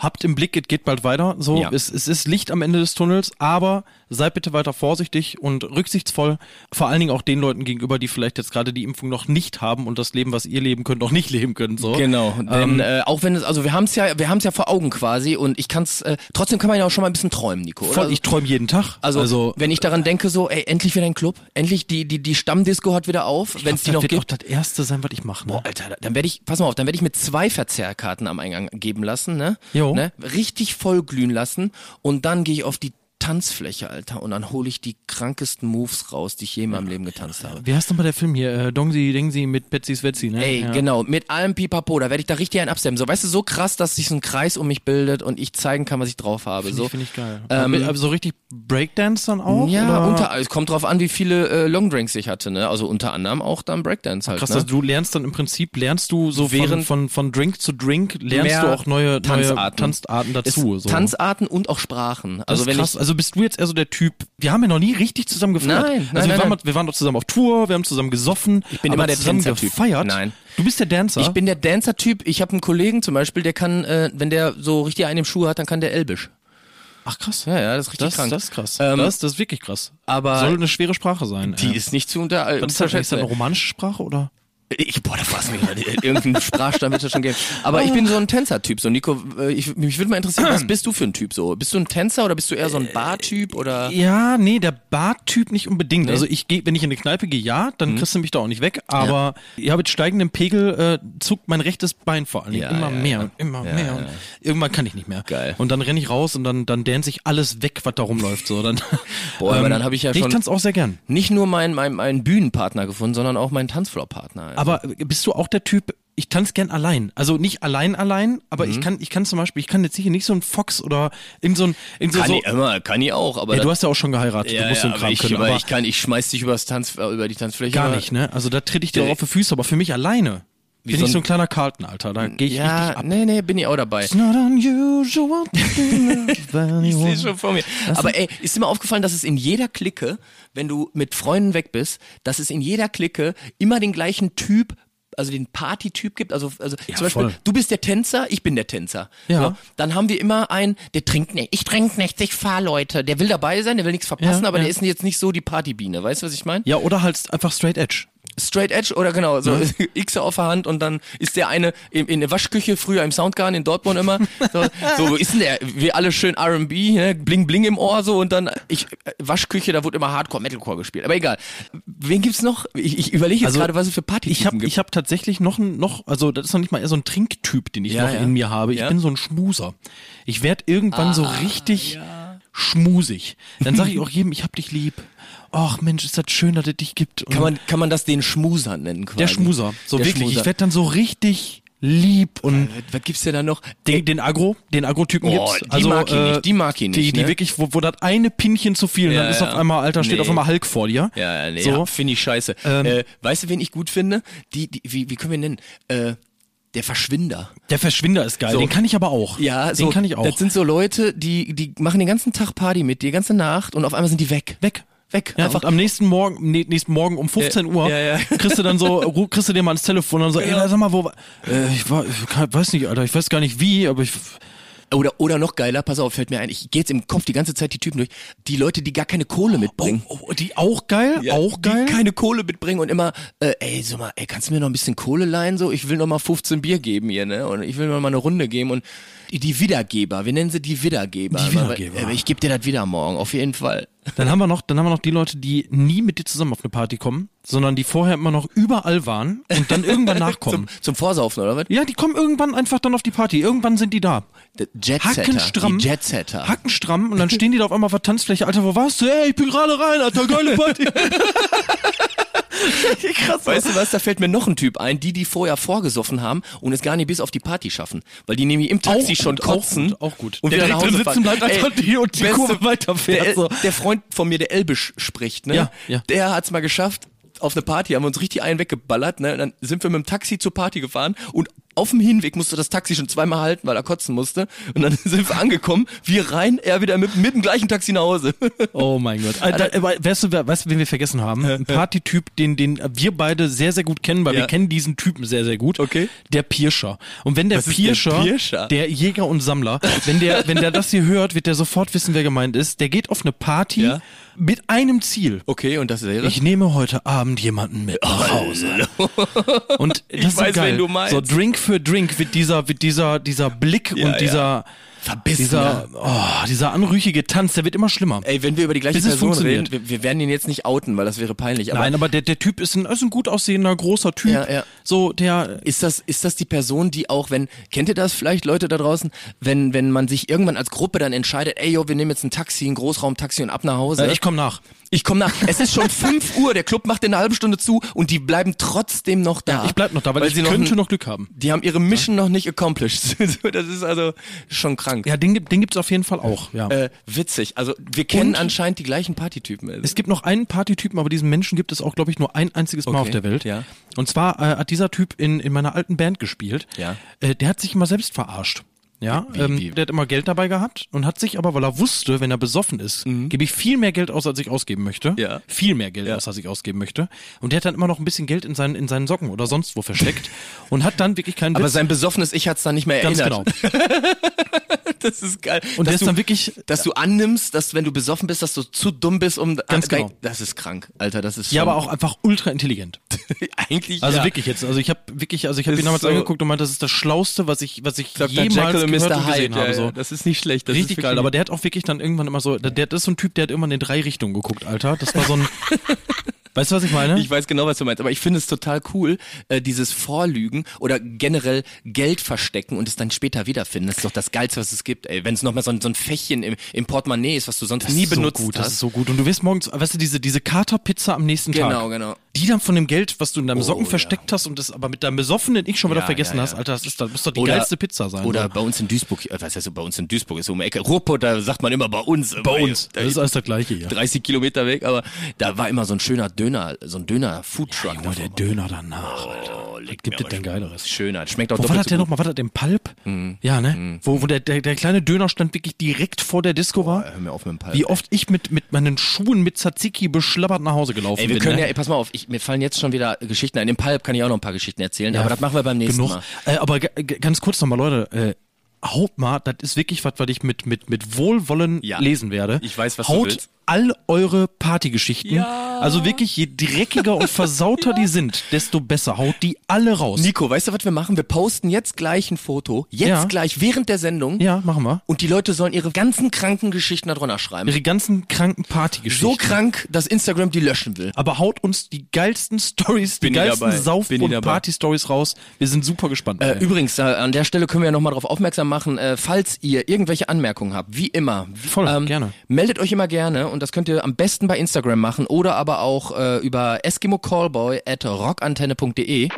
Habt im Blick, es geht bald weiter. So, Ja. es, es ist Licht am Ende des Tunnels, aber Seid bitte weiter vorsichtig und rücksichtsvoll, vor allen Dingen auch den Leuten gegenüber, die vielleicht jetzt gerade die Impfung noch nicht haben und das Leben, was ihr leben könnt, noch nicht leben können. So. Ähm, Genau, denn äh, auch wenn es, also wir haben es ja, wir haben es ja vor Augen quasi und ich kann es, äh, trotzdem kann man ja auch schon mal ein bisschen träumen, Nico. Oder? Voll, ich träume jeden Tag. also, wenn ich daran denke, so, ey, endlich wieder ein Club, endlich die, die, die Stammdisco hört wieder auf, wenn es die das noch wird gibt. auch das erste sein, was ich mache. Ne? Boah, Alter, dann werde ich, pass mal auf, dann werde ich mir zwei Verzehrkarten am Eingang geben lassen, ne? Jo. Ne? Richtig voll glühen lassen und dann gehe ich auf die Tanzfläche, Alter, und dann hole ich die krankesten Moves raus, die ich je in meinem Leben getanzt habe. Wie heißt nochmal der Film hier? Äh, Dongsi, Dengsi mit Betsy Svetsy, ne? Ey, ja. genau, mit allem Pipapo, da werde ich da richtig einen abstemmen. So, weißt du, so krass, dass sich so ein Kreis um mich bildet und ich zeigen kann, was ich drauf habe. Finde So. ich, find ich geil. Ähm, aber so richtig Breakdance dann auch? Ja, oder? unter, es kommt drauf an, wie viele äh, Longdrinks ich hatte, ne? Also unter anderem auch dann Breakdance halt. Krass, ne? dass du lernst dann im Prinzip, lernst du so Während- von, von, von Drink zu Drink, lernst Mehr du auch neue Neue Tanzarten. Tanzarten dazu. Ist so. Tanzarten und auch Sprachen. Das Also ist wenn krass. ich also bist du jetzt eher so der Typ, wir haben ja noch nie richtig zusammen gefeiert. Nein, nein, also wir, nein, waren, nein. mal- wir waren doch zusammen auf Tour, wir haben zusammen gesoffen. Ich bin aber immer der zusammen Tänzer-Typ. gefeiert. Nein. Du bist der Dancer. Ich bin der Dancer-Typ. Ich habe einen Kollegen zum Beispiel, der kann, äh, wenn der so richtig einen im Schuh hat, dann kann der Elbisch. Ach krass. Ja, ja, das ist richtig das, krank. das ist krass. Ähm, das, das ist wirklich krass. aber- Soll eine schwere Sprache sein. Die ja. ist nicht zu unter Was ist halt das, ist das eine romanische Sprache oder? Ich, boah, da fassen wir gerade. halt. Äh, Irgendeinen Sprachstand wird das schon geben. Aber ich bin so ein Tänzer-Typ. So, Nico, äh, ich, mich würde mal interessieren, was bist du für ein Typ so? Bist du ein Tänzer oder bist du eher so Äh, ein Bar-Typ oder? Ja, nee, der Barttyp nicht unbedingt. Also ich gehe, wenn ich in eine Kneipe gehe, ja, Mhm. dann kriegst du mich da auch nicht weg. Aber ja. mit steigendem Pegel äh, zuckt mein rechtes Bein vor allen Dingen Ja, ja, immer mehr ja. und immer Ja, mehr. ja. Und irgendwann kann ich nicht mehr. Geil. Und dann renne ich raus und dann, dann dance ich alles weg, was da rumläuft. So, dann, Ähm, Boah, aber dann hab ich ja nee, schon- Ich tanze auch sehr gern. Nicht nur meinen mein, mein Bühnenpartner gefunden, sondern auch meinen Tanzfloor-Partner. Aber bist du auch der Typ, ich tanze gern allein. Also nicht allein allein, aber Mhm. ich kann, ich kann zum Beispiel, ich kann jetzt sicher nicht so ein Fox oder irgend so ein, irgend so, kann so ich immer, kann ich auch. Aber ja, du das- hast ja auch schon geheiratet, ja, du musst ja, so ein aber Kram ich, können. aber aber ich kann, ich schmeiß dich übers Tanz, äh, über die Tanzfläche. Gar aber- nicht, ne? Also da tritt ich dir Nee. auch auf die Füße, aber für mich alleine bin so ich so ein- ein kleiner Karten, Alter. Da gehe ich richtig Ja, ab. nee, nee, bin ich auch dabei. It's not unusual to love anyone. Ich sehe schon vor mir. Aber ey, ist dir mal aufgefallen, dass es in jeder Clique, wenn du mit Freunden weg bist, dass es in jeder Clique immer den gleichen Typ, also den Party-Typ gibt? Also, also zum Beispiel, voll. du bist der Tänzer, ich bin der Tänzer. Ja. dann haben wir immer einen, der trinkt nicht. Ich trinke nichts, ich fahr Leute. Der will dabei sein, der will nichts verpassen, Ja, aber der ja. ist jetzt nicht so die Partybiene. Weißt du, was ich meine? Ja, oder halt einfach straight edge. Straight Edge oder genau, so X auf der Hand und dann ist der eine in, in der Waschküche, früher im Soundgarden in Dortmund immer. So, so wo ist denn der? Wir alle schön RB, ne? Bling Bling im Ohr so und dann ich äh, Waschküche, da wurde immer Hardcore Metalcore gespielt. Aber egal. Wen gibt's noch? Ich, ich überlege jetzt Also, gerade, was es für Party Ich habe gibt. ich hab tatsächlich noch ein, noch, also das ist noch nicht mal eher so ein Trinktyp, den ich Ja, noch ja. in mir habe. Ich Ja. Ah, bin so ein Schmuser. Ich werde irgendwann so richtig schmusig. Dann sage ich auch jedem, ich hab dich lieb. Och Mensch, ist das schön, dass es dich gibt. Und Kann man kann man das den Schmuser nennen quasi? der Schmuser. So Der wirklich. Schmuser. Äh, Ich werde dann so richtig lieb und was gibt's denn da noch? Den, den Agro, den Agro-Typen Oh, gibt's. Also, äh, die mag ich nicht, die mag ich nicht, Die, die ne? wirklich, wo, wo das eine Pinchen zu viel, Ja, dann ist ja. auf einmal, Alter, steht Nee. auf einmal Hulk vor dir. Ja, ja, nee, So. Ähm. ja, finde ich scheiße. äh, weißt du, wen ich gut finde? Die, die wie, wie können wir ihn nennen? Äh, der Verschwinder. Der Verschwinder ist geil, So. den kann ich aber auch. Ja, den so, kann ich auch. Das sind so Leute, die, die machen den ganzen Tag Party mit, die ganze Nacht und auf einmal sind die weg. weg. Weg. Ja, einfach und am nächsten Morgen, nee, nächsten Morgen um 15 Ja, Uhr ja, ja. Genau. kriegst du dann so, ru- kriegst du dir mal ans Telefon und so, ey, sag mal, wo war, äh, ich war, ich kann, weiß nicht, Alter, ich weiß gar nicht wie, aber ich, Oder, oder noch geiler, pass auf, fällt mir ein, ich gehe jetzt im Kopf die ganze Zeit die Typen durch, die Leute, die gar keine Kohle mitbringen. Oh, oh, die auch geil, Ja, auch geil. Die keine Kohle mitbringen und immer, äh, ey, sag mal, ey, kannst du mir noch ein bisschen Kohle leihen? So, ich will noch mal 15 Bier geben hier, ne? Und ich will noch mal eine Runde geben und die- die Wiedergeber, wir nennen sie die Wiedergeber. Die Wiedergeber. Aber, äh, ich gebe dir das wieder morgen, auf jeden Fall. Dann haben wir noch, dann haben wir noch die Leute, die nie mit dir zusammen auf eine Party kommen, sondern die vorher immer noch überall waren und dann irgendwann nachkommen. Zum, zum Vorsaufen, oder was? Ja, die kommen irgendwann einfach dann auf die Party. Irgendwann sind die da. Der Jetsetter. Hackenstramm. Die Jetsetter. Hackenstramm. Und dann stehen die da auf einmal auf der Tanzfläche. Alter, wo warst du? Ey, ich bin gerade rein, Alter. Geile Party. Krass, ne? weißt du was, da fällt mir noch ein Typ ein, die, die vorher vorgesoffen haben und es gar nicht bis auf die Party schaffen, weil die nämlich im Taxi Auch schon gut, auch kotzen. gut, auch gut. Und Der wieder direkt nach Hause drin sitzen fahren. bleibt, als ob die- und die Kurve weiterfährt, Der, so. der Freund von mir, der Elbisch spricht, ne? Ja, ja. der hat's mal geschafft, auf eine Party, haben wir uns richtig einen weggeballert, ne? Und dann sind wir mit dem Taxi zur Party gefahren und auf dem Hinweg musste das Taxi schon zweimal halten, weil er kotzen musste. Und dann sind wir angekommen, wir rein, er wieder mit, mit dem gleichen Taxi nach Hause. Oh mein Gott. Äh, da, aber weißt du, wer- weißt du, wen wir vergessen haben? Ein Partytyp, den, den wir beide sehr, sehr gut kennen, weil Ja. wir kennen diesen Typen sehr, sehr gut. Okay. Der Pirscher. Und wenn der Was ist der Pirscher, Pirscher? der Jäger und Sammler, wenn der, wenn der das hier hört, wird der sofort wissen, wer gemeint ist. Der geht auf eine Party Ja. mit einem Ziel. Okay, und das wäre? Ich nehme heute Abend jemanden mit Oh, nach Hause. Und das ist so weiß, geil. wen du meinst. So Drink für Drink wird dieser, wird dieser, dieser Blick Ja, und dieser, Verbissen, dieser, oh, dieser anrüchige Tanz, der wird immer schlimmer. Ey, wenn wir über die gleiche Bis es Person reden, wir, funktioniert. wir werden ihn jetzt nicht outen, weil das wäre peinlich. Aber Nein, aber der, der Typ ist ein, ist ein gut aussehender, großer Typ. Ja, ja. So, der. Ist das, ist das die Person, die auch, wenn, kennt ihr das vielleicht, Leute da draußen, wenn, wenn man sich irgendwann als Gruppe dann entscheidet, ey, yo, wir nehmen jetzt ein Taxi, ein Großraumtaxi und ab nach Hause. Äh, ich komme nach. ich komme nach. Es ist schon 5 Uhr, der Club macht in einer halben Stunde zu und die bleiben trotzdem noch da. Ich bleib noch da, weil, ich sie könnte noch, noch Glück haben. Die haben ihre Mission noch nicht accomplished. So, das ist also schon krank. Ja, den, gibt- den gibt's auf jeden Fall auch. Ja. Äh, witzig. Also, wir kennen Und- anscheinend die gleichen Partytypen. Also. es gibt noch einen Partytypen, aber diesen Menschen gibt es auch, glaube ich, nur ein einziges Mal Okay, auf der Welt. ja. Und zwar äh, hat dieser Typ in, in meiner alten Band gespielt. Ja. Äh, der hat sich immer selbst verarscht. Ja, Wie- ähm, wie? der hat immer Geld dabei gehabt und hat sich aber, weil er wusste, wenn er besoffen ist, gebe ich viel mehr Geld aus, als ich ausgeben möchte. Mhm. Ja. Viel mehr Geld aus, als ich ausgeben möchte. Und der hat dann immer noch ein bisschen Geld in seinen, in seinen Socken oder sonst wo versteckt und hat dann wirklich keinen aber Witz. sein besoffenes Ich hat's dann nicht mehr Ganz erinnert. genau. Das ist geil. dass Und der ist du- dann wirklich- dass du annimmst, dass wenn du besoffen bist, dass du zu dumm bist, um Ganz Ah, dein- genau. Das ist krank, Alter. Das ist Ja, schon- aber auch einfach ultra intelligent. eigentlich Also ja. wirklich jetzt. Also ich habe wirklich, also ich habe Ist ihn damals so- angeguckt und meinte, das ist das Schlauste, was ich, was ich Dr. jemals Jekyll und gehört Mr. und gesehen Hyde. habe. ja, So. ja, das ist nicht schlecht. Das ist Richtig wirklich- geil, aber der hat auch wirklich dann irgendwann immer so, der, der das ist so ein Typ, der hat irgendwann in drei Richtungen geguckt, Alter. Das war so ein, weißt du, was ich meine? ich weiß genau, was du meinst, aber ich finde es total cool, äh, dieses Vorlügen oder generell Geld verstecken und es dann später wiederfinden. Das ist doch das Geilste, was es gibt, ey. Wenn es nochmal so, ein- so ein Fächchen im, im Portemonnaie ist, was du sonst Das nie ist so benutzt gut, hast. Das ist so gut. Und du wirst morgens, weißt du, diese, diese Katerpizza am nächsten Tag. Genau, genau. Die dann von dem Geld, was du in deinem Oh, Socken ja. versteckt hast und das aber mit deinem besoffenen Ich schon wieder Ja, vergessen ja, hast, ja. Alter, das, ist, das muss doch die Oder- geilste Pizza sein. Oder bei uns in Duisburg, äh, was heißt so, bei uns in Duisburg ist so um die Ecke. Ruhrpott, da sagt man immer bei uns. bei uns. Da Das ist alles das Gleiche hier. 30 Kilometer weg, aber da war immer so ein schöner Döner, so ein Döner-Foodtruck. Junge, der Döner danach, Alter. oh, leck Gibt mir es aber denn schon. Geileres? Schöner, schmeckt auch Wo war das doppelt so denn gut. Mhm. nochmal? War das denn Palp? Ja, ne? Wo, wo der, der, der kleine Dönerstand wirklich direkt vor der Disco war? hör mir auf mit dem Palp, Wie ey. oft ich mit, mit meinen Schuhen mit Tzatziki beschlabbert nach Hause gelaufen Ey, wir bin. können ne? ja, ey, pass mal auf, ich, mir fallen jetzt schon wieder Geschichten ein. Im Palp kann ich auch noch ein paar Geschichten erzählen, aber das machen wir beim nächsten genug. Mal. Äh, aber g- g- ganz kurz nochmal, Leute. Äh, haut mal, das ist wirklich was, was ich mit, mit, mit Wohlwollen Ja. lesen werde. Ich weiß, was du haut willst. all eure Partygeschichten. Also wirklich, je dreckiger und versauter die sind, desto besser. Haut die alle raus. Nico, weißt du, was wir machen? Wir posten jetzt gleich ein Foto, jetzt Ja. gleich, während der Sendung. ja, machen wir. Und die Leute sollen ihre ganzen kranken Geschichten da drunter schreiben. Ihre ganzen kranken Partygeschichten. So krank, dass Instagram die löschen will. Aber haut uns die geilsten Stories, die Bin ich geilsten dabei. Sauf- Bin ich und dabei. Party-Stories raus. Wir sind super gespannt. Äh, ey. übrigens, äh, an der Stelle können wir ja nochmal darauf aufmerksam machen, äh, falls ihr irgendwelche Anmerkungen habt, wie immer, wie, Voll, gerne. meldet euch immer gerne und das könnt ihr am besten bei Instagram machen oder aber auch äh, über eskimocallboy at rockantenne.de.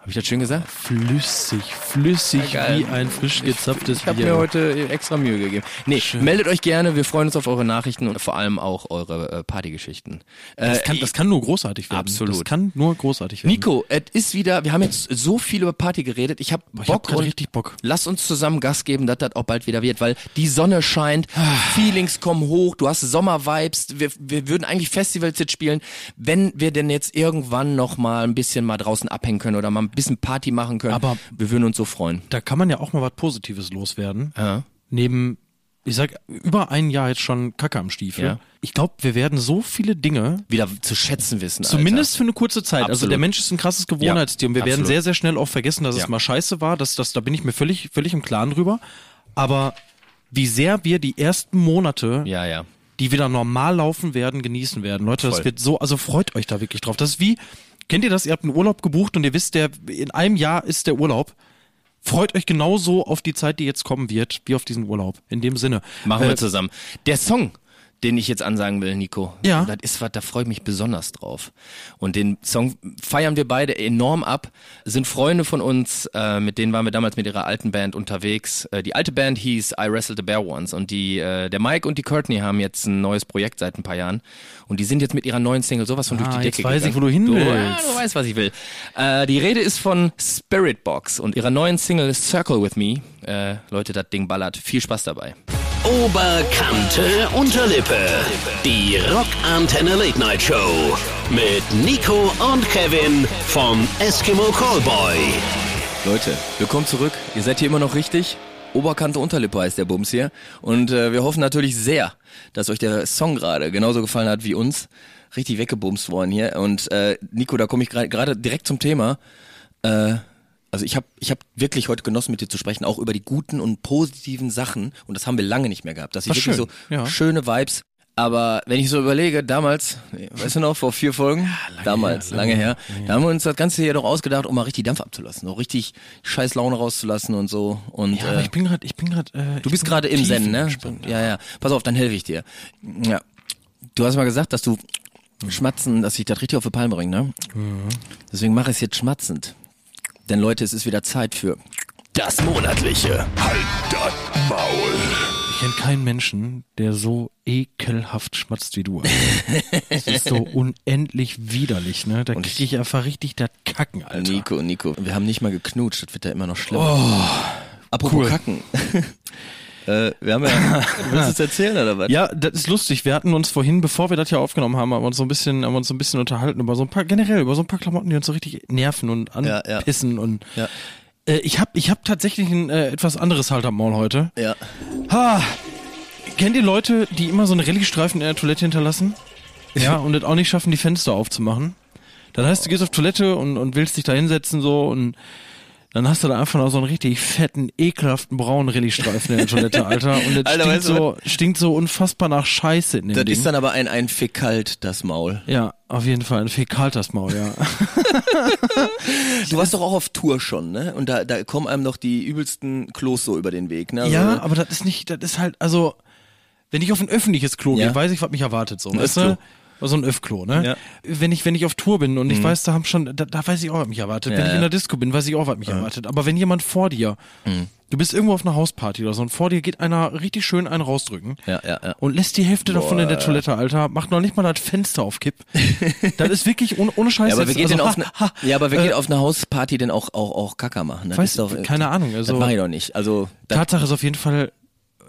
Hab ich das schön gesagt? flüssig, flüssig Ja, geil. wie ein frisch gezapftes Ich habe mir Bier. heute extra Mühe gegeben. Nee, meldet euch gerne, wir freuen uns auf eure Nachrichten und vor allem auch eure äh, Partygeschichten. Äh, Das kann, das kann nur großartig werden. Absolut. Das kann nur großartig werden. Nico, es ist wieder, wir haben jetzt so viel über Party geredet, ich habe Bock ich hab grad und richtig Bock. Lass uns zusammen Gas geben, dass das auch bald wieder wird, weil die Sonne scheint, Ah. Feelings kommen hoch, du hast Sommervibes, wir, wir würden eigentlich Festivals jetzt spielen, wenn wir denn jetzt irgendwann noch mal ein bisschen mal draußen abhängen können oder mal ein bisschen Party machen können. Aber- wir würden uns so freuen. Da kann man ja auch mal was Positives loswerden. Neben, ich sag, über ein Jahr jetzt schon Kacke am Stiefel. Ja. Ich glaube, wir werden so viele Dinge Wieder zu schätzen wissen. Zumindest für eine kurze Zeit. Also Absolut. der Mensch ist ein krasses Gewohnheitstier und wir werden absolut. sehr, sehr schnell auch vergessen, dass Ja. es mal scheiße war. Das, das, da bin ich mir völlig, völlig im Klaren drüber. Aber wie sehr wir die ersten Monate, Alter. Ja, ja. die wieder normal laufen werden, genießen werden. Leute, das Voll. wird so, also freut euch da wirklich drauf. Das ist wie, kennt ihr das? Ihr habt einen Urlaub gebucht und ihr wisst, der, in einem Jahr ist der Urlaub. Freut euch genauso auf die Zeit, die jetzt kommen wird, wie auf diesen Urlaub. In dem Sinne. Machen wir Äh, zusammen. Der Song, den ich jetzt ansagen will, Nico. Ja. Das ist was, da freue ich mich besonders drauf. Und den Song feiern wir beide enorm ab. Sind Freunde von uns, äh, mit denen waren wir damals mit ihrer alten Band unterwegs. Äh, die alte Band hieß I Wrestled a Bear Once und die, äh, der Mike und die Courtney haben jetzt ein neues Projekt seit ein paar Jahren und die sind jetzt mit ihrer neuen Single sowas von durch Ah, die jetzt Decke weiß gegangen. ich, wo du hin du, Ja, willst. du weißt, was ich will. Äh, die Rede ist von Spiritbox und ihrer neuen Single Circle With Me. Äh, Leute, das Ding ballert. Viel Spaß dabei. Oberkante Unterlippe. Die Rockantenne Late Night Show. Mit Nico und Kevin vom Eskimo Callboy. Leute, willkommen zurück. Ihr seid hier immer noch richtig. Oberkante Unterlippe heißt der Bums hier. Und äh, wir hoffen natürlich sehr, dass euch der Song gerade genauso gefallen hat wie uns. Richtig weggebumst worden hier. Und äh, Nico, da komme ich gerade- gerade direkt zum Thema. Also ich habe ich hab wirklich heute genossen, mit dir zu sprechen, auch über die guten und positiven Sachen. Und das haben wir lange nicht mehr gehabt. Das sind War wirklich schön, so ja. schöne Vibes. Aber wenn ich so überlege, damals, weißt du noch, vor vier Folgen, damals, lange, her, da haben wir uns das Ganze hier doch ausgedacht, um mal richtig Dampf abzulassen, auch richtig scheiß Laune rauszulassen und so. Und Ja, aber äh, ich bin gerade, ich bin gerade. Äh, du bist gerade im Zen, ne? Ja, ja. Pass auf, dann helfe ich dir. Ja. Du hast mal gesagt, dass du Hm. schmatzen, dass ich das richtig auf die Palme bringe, ne? Deswegen mache ich es jetzt schmatzend. Denn Leute, es ist wieder Zeit für das Monatliche. Halt Ich kenne keinen Menschen, der so ekelhaft schmatzt wie du. Alter. das ist so unendlich widerlich, ne? Da kriege ich einfach richtig das Kacken, Alter. Nico, Nico, wir haben nicht mal geknutscht, das wird ja immer noch schlimmer. Apropos Oh, cool. Kacken. äh, wir haben ja, du willst es erzählen oder was? Ja, das ist lustig. Wir hatten uns vorhin, bevor wir das ja aufgenommen haben, haben wir uns so ein bisschen, haben wir uns so ein bisschen unterhalten über so ein paar, generell über so ein paar Klamotten, die uns so richtig nerven und Ja, ja. anpissen und. Ja. Äh, ich habe ich hab tatsächlich ein äh, etwas anderes Halt am Maul heute. Ja. Ha! Kennt ihr Leute, die immer so einen Rallye-Streifen in der Toilette hinterlassen? Ja, und das auch nicht schaffen, die Fenster aufzumachen? Dann heißt, du gehst auf Toilette und, und willst dich da hinsetzen so und dann hast du da einfach noch so einen richtig fetten, ekelhaften braunen Rallye-Streifen in der Toilette, Alter. Und das Alter, stinkt, weißt du so, stinkt so unfassbar nach Scheiße in dem Das Ding. ist dann aber ein, ein Fäkalt, das Maul. ja, auf jeden Fall. Ein Fäkal das Maul, ja. Du warst doch auch auf Tour schon, ne? Und da, da kommen einem noch die übelsten Klos so über den Weg, ne? Also, ja, aber das ist nicht, das ist halt, also, wenn ich auf ein öffentliches Klo Ja. gehe, weiß ich, was mich erwartet, so, weißt Öffklo. du? So ein Öffklo, ne? Ja. Mhm. Wenn ich, wenn ich auf Tour bin und ich weiß, da haben schon, da, da weiß ich auch, was mich erwartet. Ja, wenn ich ja. in der Disco bin, weiß ich auch, was mich erwartet. Aber wenn jemand vor dir, Mhm. du bist irgendwo auf einer Hausparty oder so und vor dir geht einer richtig schön einen rausdrücken. Ja, ja, ja. Und lässt die Hälfte davon in der Toilette, Alter. Macht noch nicht mal das Fenster auf Kipp. das ist wirklich ohne, ohne Scheiß. Ja, aber jetzt, wir gehen denn also, auf ha, eine, ha, ja, aber wir äh, gehen auf eine Hausparty denn auch auch auch Kacker machen. ne? Das Weiß- ist doch, äh, keine Ahnung, das also- mache ich doch nicht. Also das, Tatsache ist auf jeden Fall,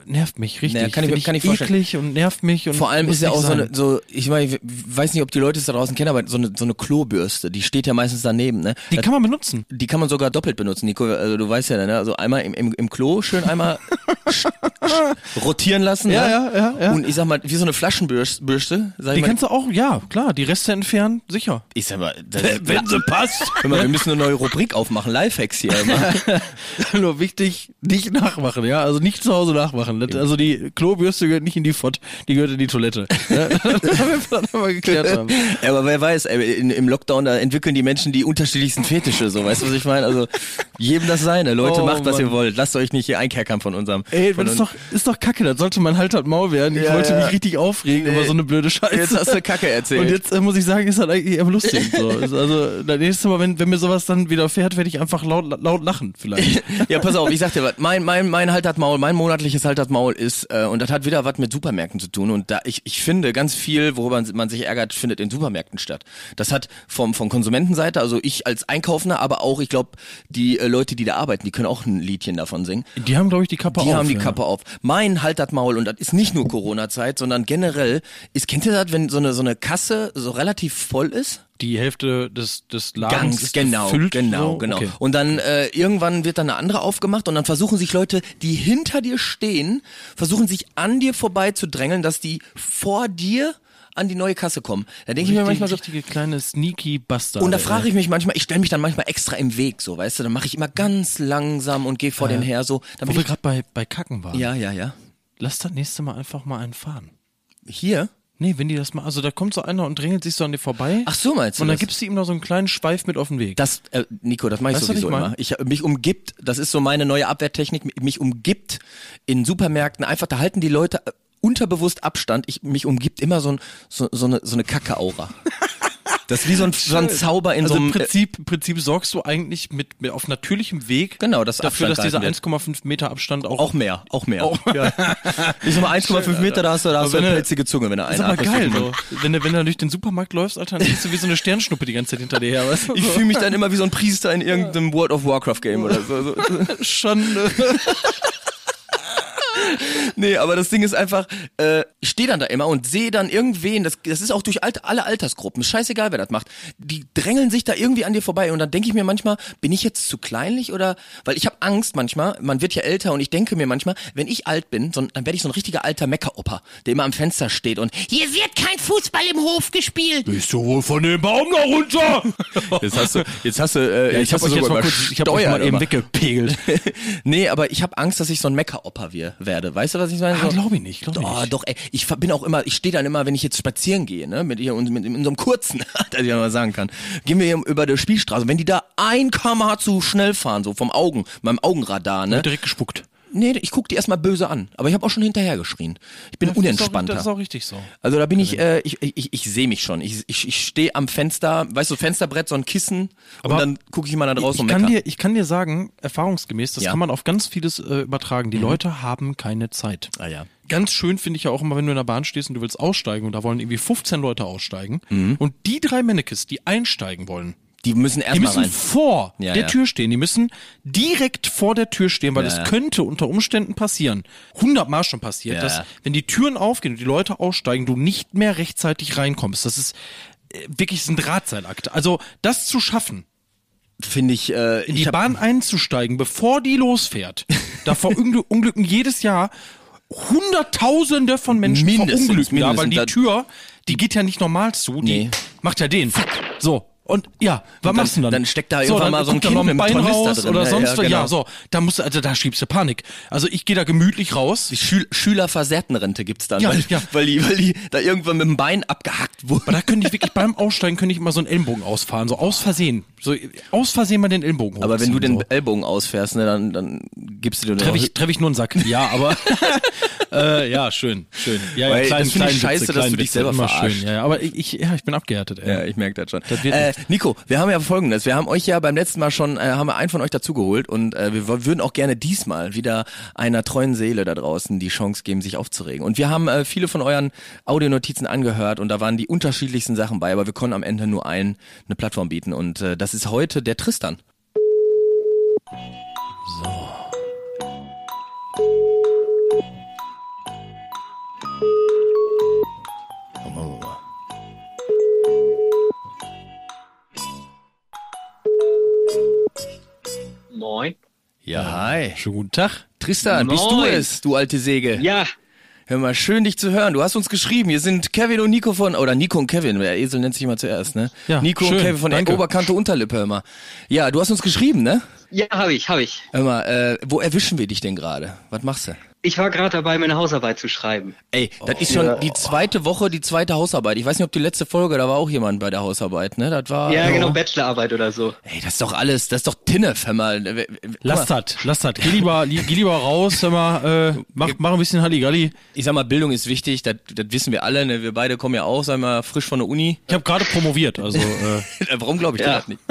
nervt mich richtig. Naja, kann ich- Find kann ich vorstellen. eklig und nervt mich. Und vor allem muss ist ja nicht auch so sein. eine, so ich meine, ich weiß nicht, ob die Leute es da draußen kennen, aber so eine so eine Klobürste, die steht ja meistens daneben, ne? Die Das- kann man benutzen. die kann man sogar doppelt benutzen, Nico. Also du weißt ja, ne? Also einmal im, im, im Klo schön einmal sch- sch- rotieren lassen. Ja, ne? ja, ja, ja. Und ich sag mal, wie so eine Flaschenbürste, Bürste, sag Die ich mal. kannst du auch, ja, klar, die Reste entfernen, sicher. Ich sag mal, wenn sie passt. Hör mal, wir müssen eine neue Rubrik aufmachen, Lifehacks hier. Immer. Nur wichtig, nicht nachmachen, ja, also nicht zu Hause nachmachen. Das- Also die Klobürste gehört nicht in die Fott, die gehört in die Toilette. Ja, das haben wir dann einmal geklärt haben. Ja, aber wer weiß, ey, in, im Lockdown, da entwickeln die Menschen die unterschiedlichsten Fetische, so, weißt du, was ich meine? Also, jedem das seine. Leute, Oh, macht, was Mann. ihr wollt. Lasst euch nicht hier einkerkern von unserem. Ey, von das ist uns- doch, ist doch kacke, das sollte man halt halt Maul werden. Ich Ja, wollte ja. mich richtig aufregen über so eine blöde Scheiße. Jetzt hast du Kacke erzählt. Und jetzt äh, muss ich sagen, ist halt eigentlich eher lustig. So. Ist Also, das nächste Mal, wenn, wenn mir sowas dann widerfährt, werde ich einfach laut, laut lachen, vielleicht. ja, pass auf, ich sag dir was. Mein, mein, mein Halt das Maul, mein monatliches Halt das Maul ist, äh, und das hat wieder was mit Supermärkten zu tun. Und da, ich, ich finde, ganz viel, worüber man sich ärgert, findet in Supermärkten statt. Das hat vom, von Konsumentenseite, also ich als Einkaufender, aber auch, ich glaube, die äh, Leute, die da arbeiten, die können auch ein Liedchen davon singen. Die haben, glaube ich, die Kappe Die auf. haben die ja. Kappe auf. Mein halt das Maul und das ist nicht nur Corona-Zeit, sondern generell ist, kennt ihr das, wenn so eine, so eine Kasse so relativ voll ist? die Hälfte des, des Ladens Ganz ist genau, gefüllt. genau, so. genau. Okay. Und dann äh, irgendwann wird dann eine andere aufgemacht und dann versuchen sich Leute, die hinter dir stehen, versuchen sich an dir vorbei zu drängeln, dass die vor dir an die neue Kasse kommen. Da denke ich mir Richtig- manchmal so, richtige kleine sneaky Bastard. und da frage ich mich manchmal, ich stelle mich dann manchmal extra im Weg, so, weißt du, dann mache ich immer ganz langsam und gehe vor den her, so. Dann Wo bin wir ich, gerade bei, bei Kacken waren. ja, ja, ja. Lass das nächste Mal einfach mal einen fahren. Hier? Nee, wenn die das mal, also da kommt so einer und drängelt sich so an dir vorbei. Ach so, meinst du Und dann das? gibst du ihm noch so einen kleinen Schweif mit auf den Weg. Das, äh, Nico, das mache ich Weißt du, was sowieso ich mein? immer. Ich, mich umgibt, das ist so meine neue Abwehrtechnik, mich umgibt in Supermärkten einfach, da halten die Leute äh, unterbewusst Abstand. Ich, mich umgibt immer so, ein, so, so eine, so eine Kacke-Aura. Das ist wie so ein, so ein Zauber in also so einem. äh, im Prinzip, im Prinzip sorgst du eigentlich mit, mit auf natürlichem Weg Genau, dass dafür, Abstand dass dieser gehalten 1,5 Meter Abstand auch, äh, auch mehr, auch mehr. Auch- ja. Ich sag mal 1,5 Meter, da hast du, da hast du wenn eine er- pelzige Zunge, wenn er Das einen ist aber geil, atmet. so. wenn, du, wenn du durch den Supermarkt läufst, Alter, dann bist du wie so eine Sternschnuppe die ganze Zeit hinter dir her, weißt du? Ich fühle mich dann immer wie so ein Priester in irgendeinem World of Warcraft Game oder so. so. schon. äh, Nee, aber das Ding ist einfach, äh, ich stehe dann da immer und sehe dann irgendwen, das, das ist auch durch alt, alle Altersgruppen, ist scheißegal, wer das macht. Die drängeln sich da irgendwie an dir vorbei und dann denke ich mir manchmal, bin ich jetzt zu kleinlich oder, weil ich habe Angst manchmal, man wird ja älter und ich denke mir manchmal, wenn ich alt bin, so, ein- dann werde ich so ein richtiger alter Meckeropa, der immer am Fenster steht und hier wird kein Fußball im Hof gespielt. Bist du wohl von dem Baum da runter? Jetzt hast du, jetzt hast du, äh, Ja, ich habe euch jetzt mal kurz, ich habe euch mal eben weggepegelt. nee, aber ich habe Angst, dass ich so ein Meckeropper wir- werde. Weißt du, was ich meine? Ah, So- glaub ich nicht, glaub ich oh, nicht. Doch, ey, ich ver- bin auch immer, ich stehe dann immer, wenn ich jetzt spazieren gehe, ne, mit ihr und mit in so einem kurzen, dass ich ja mal sagen kann, gehen wir hier über der Spielstraße. Wenn die da ein kmh zu schnell fahren, so vom Augen, meinem Augenradar, ne? Direkt gespuckt. Nee, ich guck die erstmal böse an. Aber ich habe auch schon hinterher geschrien. Ich bin unentspannter. Das ist auch richtig so. Also da bin ich, äh, ich, ich, ich, ich sehe mich schon. Ich, ich, ich stehe am Fenster, weißt du, Fensterbrett, so ein Kissen und Aber dann gucke ich mal da draußen ich und kann, mecker. dir, ich kann dir sagen, erfahrungsgemäß, das Ja. kann man auf ganz vieles äh, übertragen. Die Leute haben keine Zeit. Ah ja. Ganz schön finde ich ja auch immer, wenn du in der Bahn stehst und du willst aussteigen und da wollen irgendwie 15 Leute aussteigen und die drei Männekes, die einsteigen wollen, Die müssen die erstmal müssen rein. vor Ja, der ja. Tür stehen. Die müssen direkt vor der Tür stehen, weil Ja, es ja. könnte unter Umständen passieren. Hundertmal schon passiert, Ja, dass ja. wenn die Türen aufgehen und die Leute aussteigen, du nicht mehr rechtzeitig reinkommst. Das ist äh, wirklich ein Drahtseilakt. Also das zu schaffen, Finde ich, äh, in ich die hab- Bahn einzugsteigen, bevor die losfährt. Davor Ungl- unglücken jedes Jahr Hunderttausende von Menschen Mindestens, verunglücken, da, weil mindestens. die Da- Tür, die geht ja nicht normal zu, die Nee. macht ja den. So. Und ja, was machst du denn dann? dann steckt da irgendwann mal so ein guckt da Kind noch mit einem Bein Tornister raus drin. oder Ja, sonst ja, was. genau. Ja, so, da musst du, also da schiebst du Panik. Also ich gehe da gemütlich raus. die Schül Schülerversehrtenrente gibt's dann, Ja, weil, ja. weil die, weil die da irgendwann mit dem Bein abgehackt wurden. Aber da könnte ich wirklich beim Aussteigen könnte ich immer so einen Ellenbogen ausfahren, so aus Versehen, so aus Versehen mal den Ellenbogen Aber wenn du hochziehen, den so. Ellbogen ausfährst, ne, dann, dann gibst du dir Treffe ich, treff ich nur einen Sack. Ja, aber äh, ja, schön, schön. Ja, Weil klein- das finde ich kleinen scheiße, dass kleinen du dich Witze, selber immer verarscht. Schön. Ja, ja, aber ich, ich, ja, ich bin abgehärtet. Ey. Ja, ich merke das schon. wird äh, Nico, wir haben ja folgendes. Wir haben euch ja beim letzten Mal schon, äh, haben wir einen von euch dazugeholt und äh, wir w- würden auch gerne diesmal wieder einer treuen Seele da draußen die Chance geben, sich aufzuregen. Und wir haben äh, viele von euren Audionotizen angehört und da waren die unterschiedlichsten Sachen bei, aber wir konnten am Ende nur einen eine Plattform bieten und äh, das ist heute der Tristan. So. Machen wir mal. Moin. Ja, hi. Schönen guten Tag. Tristan, bist du Moin. es, du alte Säge? Ja, Hör mal, schön dich zu hören. Du hast uns geschrieben. Hier sind Kevin und Nico von, oder Nico und Kevin, der Esel nennt sich immer zuerst, ne? Ja, Nico schön, und Kevin von der danke. Oberkante Unterlippe, hör mal. Ja, du hast uns geschrieben, ne? ja, habe ich, habe ich. Hör mal, äh, wo erwischen wir dich denn gerade? Was machst du? Ich war gerade dabei, meine Hausarbeit zu schreiben. Ey, das ist schon die zweite Woche, die zweite Hausarbeit. Ich weiß nicht, ob die letzte Folge, da war auch jemand bei der Hausarbeit, ne? Das war. ja, genau, Bachelorarbeit oder so. Ey, das ist doch alles, das ist doch Tinnef, hör mal. Guck mal, Lass das, lass das. Geh lieber, li, geh lieber raus, sag mal, äh, mach, mach ein bisschen Halligalli. Ich sag mal, Bildung ist wichtig, das, das wissen wir alle, ne? Wir beide kommen ja auch, sagen wir, frisch von der Uni. Ich habe gerade promoviert, also äh, Warum glaube ich Ja. das nicht?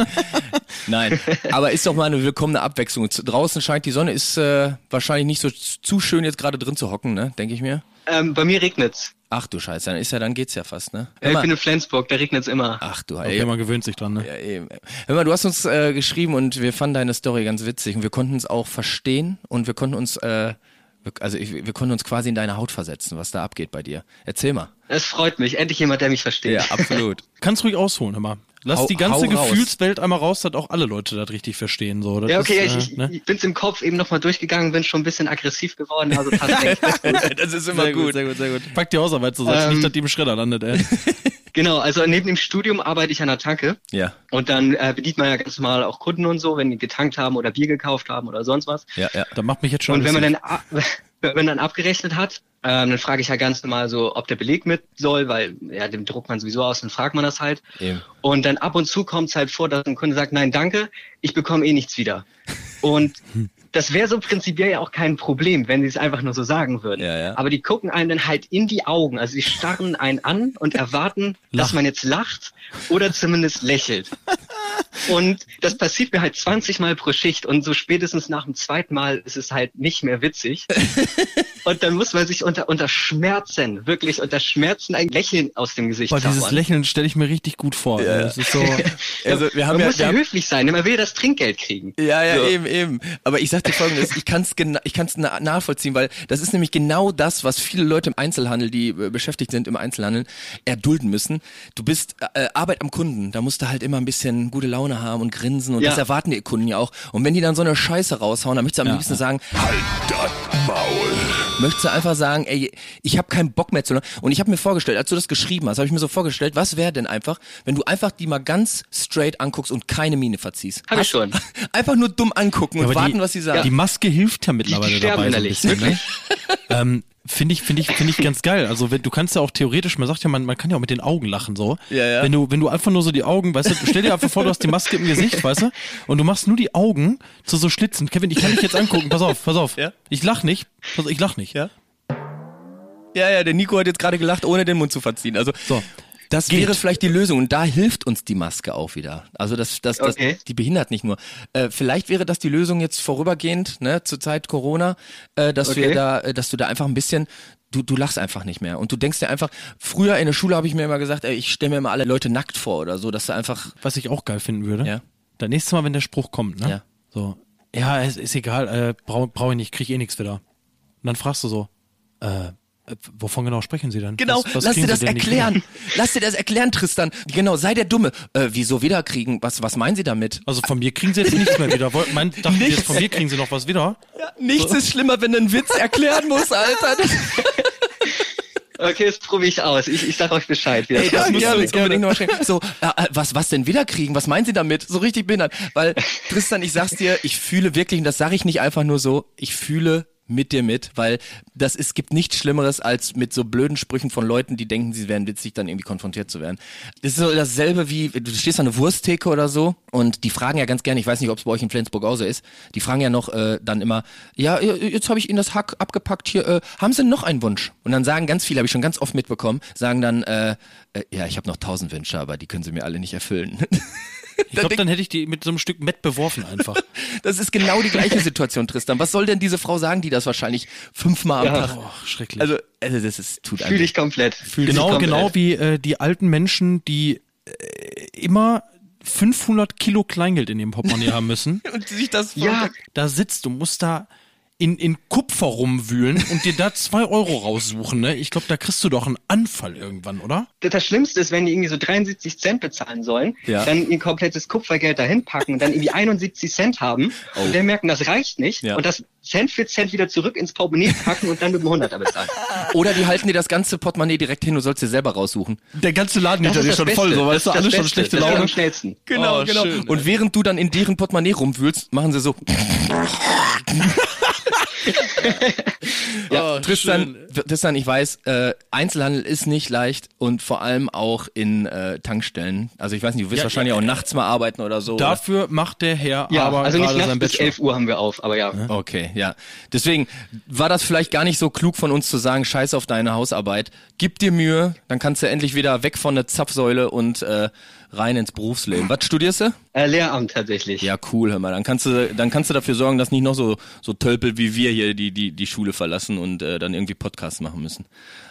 Nein, aber ist doch mal eine willkommene Abwechslung. Z- Draußen scheint die Sonne, ist äh, wahrscheinlich nicht so z- zu schön jetzt gerade drin zu hocken, ne? Denke ich mir. Ähm, bei mir regnet's. Ach du Scheiße, dann ist ja, dann geht's ja fast, ne? Äh, Hör ich bin mal, in Flensburg, da regnet's immer. ach du okay, Heilige. man gewöhnt sich dran. Ne? Ja, eben. Hör mal, du hast uns äh, geschrieben und wir fanden deine Story ganz witzig und wir konnten es auch verstehen und wir konnten uns, äh, wir- also ich, wir konnten uns quasi in deine Haut versetzen, was da abgeht bei dir. Erzähl mal. Es freut mich, endlich jemand, der mich versteht. absolut. Kannst ruhig ausholen, hör mal. Lass Hau- die ganze hau raus. Gefühlswelt einmal raus, dass auch alle Leute das richtig verstehen. So. Das Ja, okay, ist, ja, äh, ich, ich, ne? ich bin's im Kopf eben nochmal durchgegangen, bin schon ein bisschen aggressiv geworden, also passt echt. das ist immer Sehr gut, gut. Sehr gut, sehr gut. Pack die Hausarbeit zusammen, Ähm, nicht, dass die im Schredder landet, ey. Genau, also neben dem Studium arbeite ich an der Tanke. Ja, Und dann äh, bedient man ja ganz normal auch Kunden und so, wenn die getankt haben oder Bier gekauft haben oder sonst was. ja, ja. Da macht mich jetzt schon Und wenn man aggressiv. dann, ab- wenn man dann abgerechnet hat, ähm, dann frage ich ja ganz normal so, ob der Beleg mit soll, weil ja, dem druckt man sowieso aus, dann fragt man das halt. Eben. Und dann ab und zu kommt es halt vor, dass ein Kunde sagt, nein, danke, ich bekomme eh nichts wieder. Und das wäre so prinzipiell ja auch kein Problem, wenn sie es einfach nur so sagen würden. Ja, ja. Aber die gucken einen dann halt in die Augen. Also sie starren einen an und erwarten, dass man jetzt lacht oder zumindest lächelt. Und das passiert mir halt 20 Mal pro Schicht und so spätestens nach dem zweiten Mal ist es halt nicht mehr witzig. Und dann muss man sich unter, unter Schmerzen, wirklich unter Schmerzen ein Lächeln aus dem Gesicht Boah, dieses zaubern. Lächeln stelle ich mir richtig gut vor. ne? Das ist so, Also, wir haben man ja, muss wir ja haben, höflich sein, denn man will das Trinkgeld kriegen. Ja, ja, So. eben, eben. Aber ich sag dir folgendes, ich kann's gena- ich kann's na nachvollziehen, weil das ist nämlich genau das, was viele Leute im Einzelhandel, die äh, beschäftigt sind im Einzelhandel, erdulden müssen. Du bist äh, Arbeit am Kunden, da musst du halt immer ein bisschen gute Laune haben und grinsen und Ja. das erwarten die Kunden ja auch. Und wenn die dann so eine Scheiße raushauen, dann möchtest du am liebsten sagen, Halt möchtest du einfach sagen, ey, ich habe keinen Bock mehr zu lang. Und ich habe mir vorgestellt, als du das geschrieben hast, habe ich mir so vorgestellt, was wäre denn einfach, wenn du einfach die mal ganz straight anguckst und keine Miene verziehst. Hab ich Hast- schon. Einfach nur dumm angucken und Aber warten, die, was sie sagen. Die Maske hilft ja Die, mittlerweile die dabei so sterben ein innerlich, bisschen. Ne? wirklich. Ähm, Finde ich, finde ich, finde ich ganz geil. Also wenn, du kannst ja auch theoretisch, man sagt ja, man, man kann ja auch mit den Augen lachen so. Ja, ja. Wenn du, wenn du einfach nur so die Augen, weißt du, stell dir einfach vor, du hast die Maske im Gesicht, weißt du, und du machst nur die Augen zu so Schlitzen. Kevin, ich kann dich jetzt angucken. Pass auf, pass auf. Ja. Ich lach nicht. Pass, auf, ich lach nicht. Ja. ja, ja, der Nico hat jetzt gerade gelacht, ohne den Mund zu verziehen. Also So. das geht. wäre vielleicht die Lösung und da hilft uns die Maske auch wieder. Also das, das, das Okay. die behindert nicht nur. Äh, vielleicht wäre das die Lösung jetzt vorübergehend, ne, zur Zeit Corona, äh, dass wir Okay. da, äh, dass du da einfach ein bisschen Du, du lachst einfach nicht mehr und du denkst dir einfach, früher in der Schule habe ich mir immer gesagt, ey, ich stelle mir immer alle Leute nackt vor oder so, dass du einfach, Was ich auch geil finden würde. Ja. Das nächste Mal, wenn der Spruch kommt, ne? Ja. So. Ja, ist, ist egal, äh, brauche brauch ich nicht, krieg eh nix wieder. Und dann fragst du so, äh, äh, wovon genau sprechen Sie denn? genau, Was- was lass kriegen dir das Sie denn nicht erklären, wieder? lass dir das erklären, Tristan, genau, sei der Dumme, äh, wieso wiederkriegen, was, was meinen Sie damit? Also von mir kriegen Sie jetzt nichts mehr wieder. Woll- Mein, dachten Sie jetzt, Nichts. von mir kriegen Sie noch was wieder? Nichts ist schlimmer, wenn du einen Witz erklären musst, Alter. Okay, das probiere ich aus. Ich, ich sag euch Bescheid. Wie das das aussieht. musst du uns unbedingt nochmal schreiben. So, äh, äh, was, was denn wiederkriegen? Was meinen Sie damit? So richtig behindert. Weil, Tristan, ich sag's dir, ich fühle wirklich, und das sage ich nicht einfach nur so, ich fühle mit dir mit, weil das es gibt nichts Schlimmeres als mit so blöden Sprüchen von Leuten, die denken, sie wären witzig, dann irgendwie konfrontiert zu werden. Das ist so dasselbe wie du stehst an einer Wursttheke oder so und die fragen ja ganz gerne, ich weiß nicht, ob es bei euch in Flensburg auch so ist, die fragen ja noch äh, dann immer, ja, äh, jetzt habe ich Ihnen das Hack abgepackt hier, äh, haben Sie noch einen Wunsch? Und dann sagen ganz viele, habe ich schon ganz oft mitbekommen, sagen dann, äh, äh, ja, ich habe noch tausend Wünsche, aber die können Sie mir alle nicht erfüllen. Ich glaube, dann hätte ich die mit so einem Stück Mett beworfen einfach. Das ist genau die gleiche Situation, Tristan. Was soll denn diese Frau sagen, die das wahrscheinlich fünfmal am Ja. Tag... Oh, schrecklich. Also, also das ist, tut einem Fühle ich komplett. Fühl genau, genau wie äh, die alten Menschen, die äh, immer 500 Kilo Kleingeld in ihrem Portemonnaie haben müssen. Und sich das Ja, da sitzt, du musst da in, in Kupfer rumwühlen und dir da zwei Euro raussuchen, ne? Ich glaube, da kriegst du doch einen Anfall irgendwann, oder? das Schlimmste ist, wenn die irgendwie so 73 Cent bezahlen sollen, Ja. dann ihr komplettes Kupfergeld dahin packen und dann irgendwie 71 Cent haben Oh. und dann merken, das reicht nicht Ja. und das Cent für Cent wieder zurück ins Portemonnaie packen und dann mit dem 100er bezahlen. Oder die halten dir das ganze Portemonnaie direkt hin, du sollst dir selber raussuchen. Der ganze Laden hinter dir schon voll, so, weißt Das ist du, das alle schon Beste. schlechte Das ist Laune. am schnellsten. Genau, genau. schön, und während du dann in deren Portemonnaie rumwühlst, machen sie so. ja, Oh, Tristan, Tristan, ich weiß, äh, Einzelhandel ist nicht leicht und vor allem auch in äh, Tankstellen. Also ich weiß nicht, du wirst Ja, wahrscheinlich auch nachts mal arbeiten oder so. Dafür macht der Herr Ja, aber also nicht gerade nachts sein bis Bachelor. 11 Uhr haben wir auf, aber ja. oder? Okay, ja. Deswegen war das vielleicht gar nicht so klug von uns zu sagen, scheiß auf deine Hausarbeit. Gib dir Mühe, dann kannst du endlich wieder weg von der Zapfsäule und äh, rein ins Berufsleben. Was studierst du? Äh, Lehramt tatsächlich. Ja, cool, hör mal. Dann kannst du, dann kannst du dafür sorgen, dass nicht noch so, so Tölpel wie wir hier die, die, die Schule verlassen und äh, dann irgendwie Podcasts machen müssen.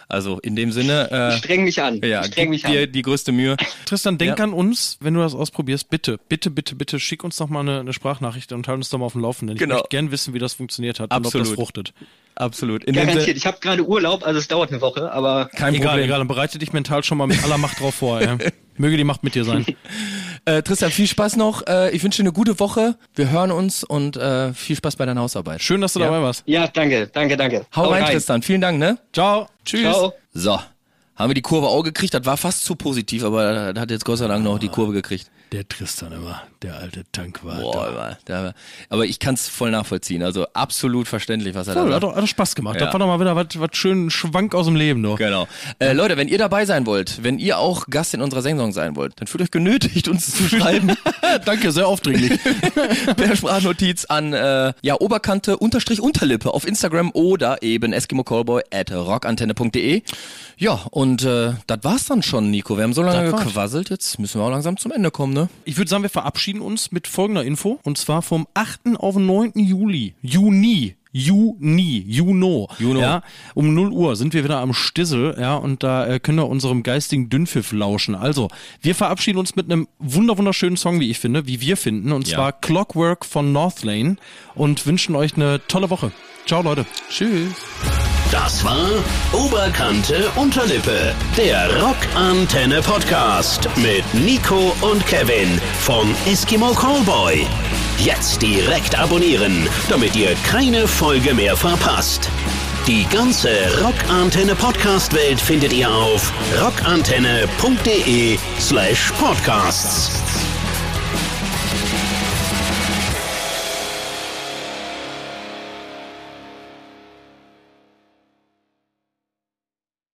Also in dem Sinne, Ich streng mich an. äh, ja, ich streng gib mich dir an. die größte Mühe. Tristan, denk Ja. an uns, wenn du das ausprobierst, bitte, bitte, bitte, bitte, schick uns doch mal eine, eine Sprachnachricht und halt uns doch mal auf dem Laufenden. Ich Genau. möchte gern wissen, wie das funktioniert hat und ob Absolut. das fruchtet. Absolut. In dem Garantiert. Sinne, Ich habe gerade Urlaub, also es dauert eine Woche, aber kein egal, Problem. egal, dann bereite dich mental schon mal mit aller Macht drauf vor. Ey. Möge die Macht mit dir sein. Äh, Tristan, viel Spaß noch. Äh, ich wünsche dir eine gute Woche. Wir hören uns und äh, viel Spaß bei deiner Hausarbeit. Schön, dass du Ja. dabei warst. ja, danke, danke, danke. Hau rein, Tristan. Vielen Dank, ne? Ciao. Tschüss. Ciao. So. Haben wir die Kurve auch gekriegt? Das war fast zu positiv, aber da hat jetzt Gott sei Dank noch die Kurve gekriegt. Der Tristan immer, der alte Tankwart. Boah, aber, da, aber ich kann es voll nachvollziehen. Also absolut verständlich, was er Voll, da hat, sagt. doch, hat doch Spaß gemacht. Ja. Da war doch mal wieder was, was schönen Schwank aus dem Leben noch. Genau. Äh, Leute, wenn ihr dabei sein wollt, wenn ihr auch Gast in unserer Sendung sein wollt, dann fühlt euch genötigt, uns zu schreiben Danke, sehr aufdringlich. per Sprachnotiz an äh, ja, Oberkante unterstrich Unterlippe auf Instagram oder eben eskimocallboy at rockantenne.de. Ja, und äh, das war's dann schon, Nico. Wir haben so lange Das war's. gequasselt, jetzt müssen wir auch langsam zum Ende kommen, ne? Ich würde sagen, wir verabschieden uns mit folgender Info. Und zwar vom 8. auf den 9. Juli. Juni. Juni, Juno, Juno. Ja, um 0 Uhr sind wir wieder am Stissel, ja, und da äh, können wir unserem geistigen Dünnpfiff lauschen. Also, wir verabschieden uns mit einem wunder wunderschönen Song, wie ich finde, wie wir finden, und Ja. zwar Clockwork von Northlane und wünschen euch eine tolle Woche. Ciao, Leute. Tschüss. Das war Oberkante Unterlippe, der Rockantenne Podcast mit Nico und Kevin vom Eskimo Callboy. Jetzt direkt abonnieren, damit ihr keine Folge mehr verpasst. Die ganze Rockantenne Podcast Welt findet ihr auf rockantenne.de/podcasts.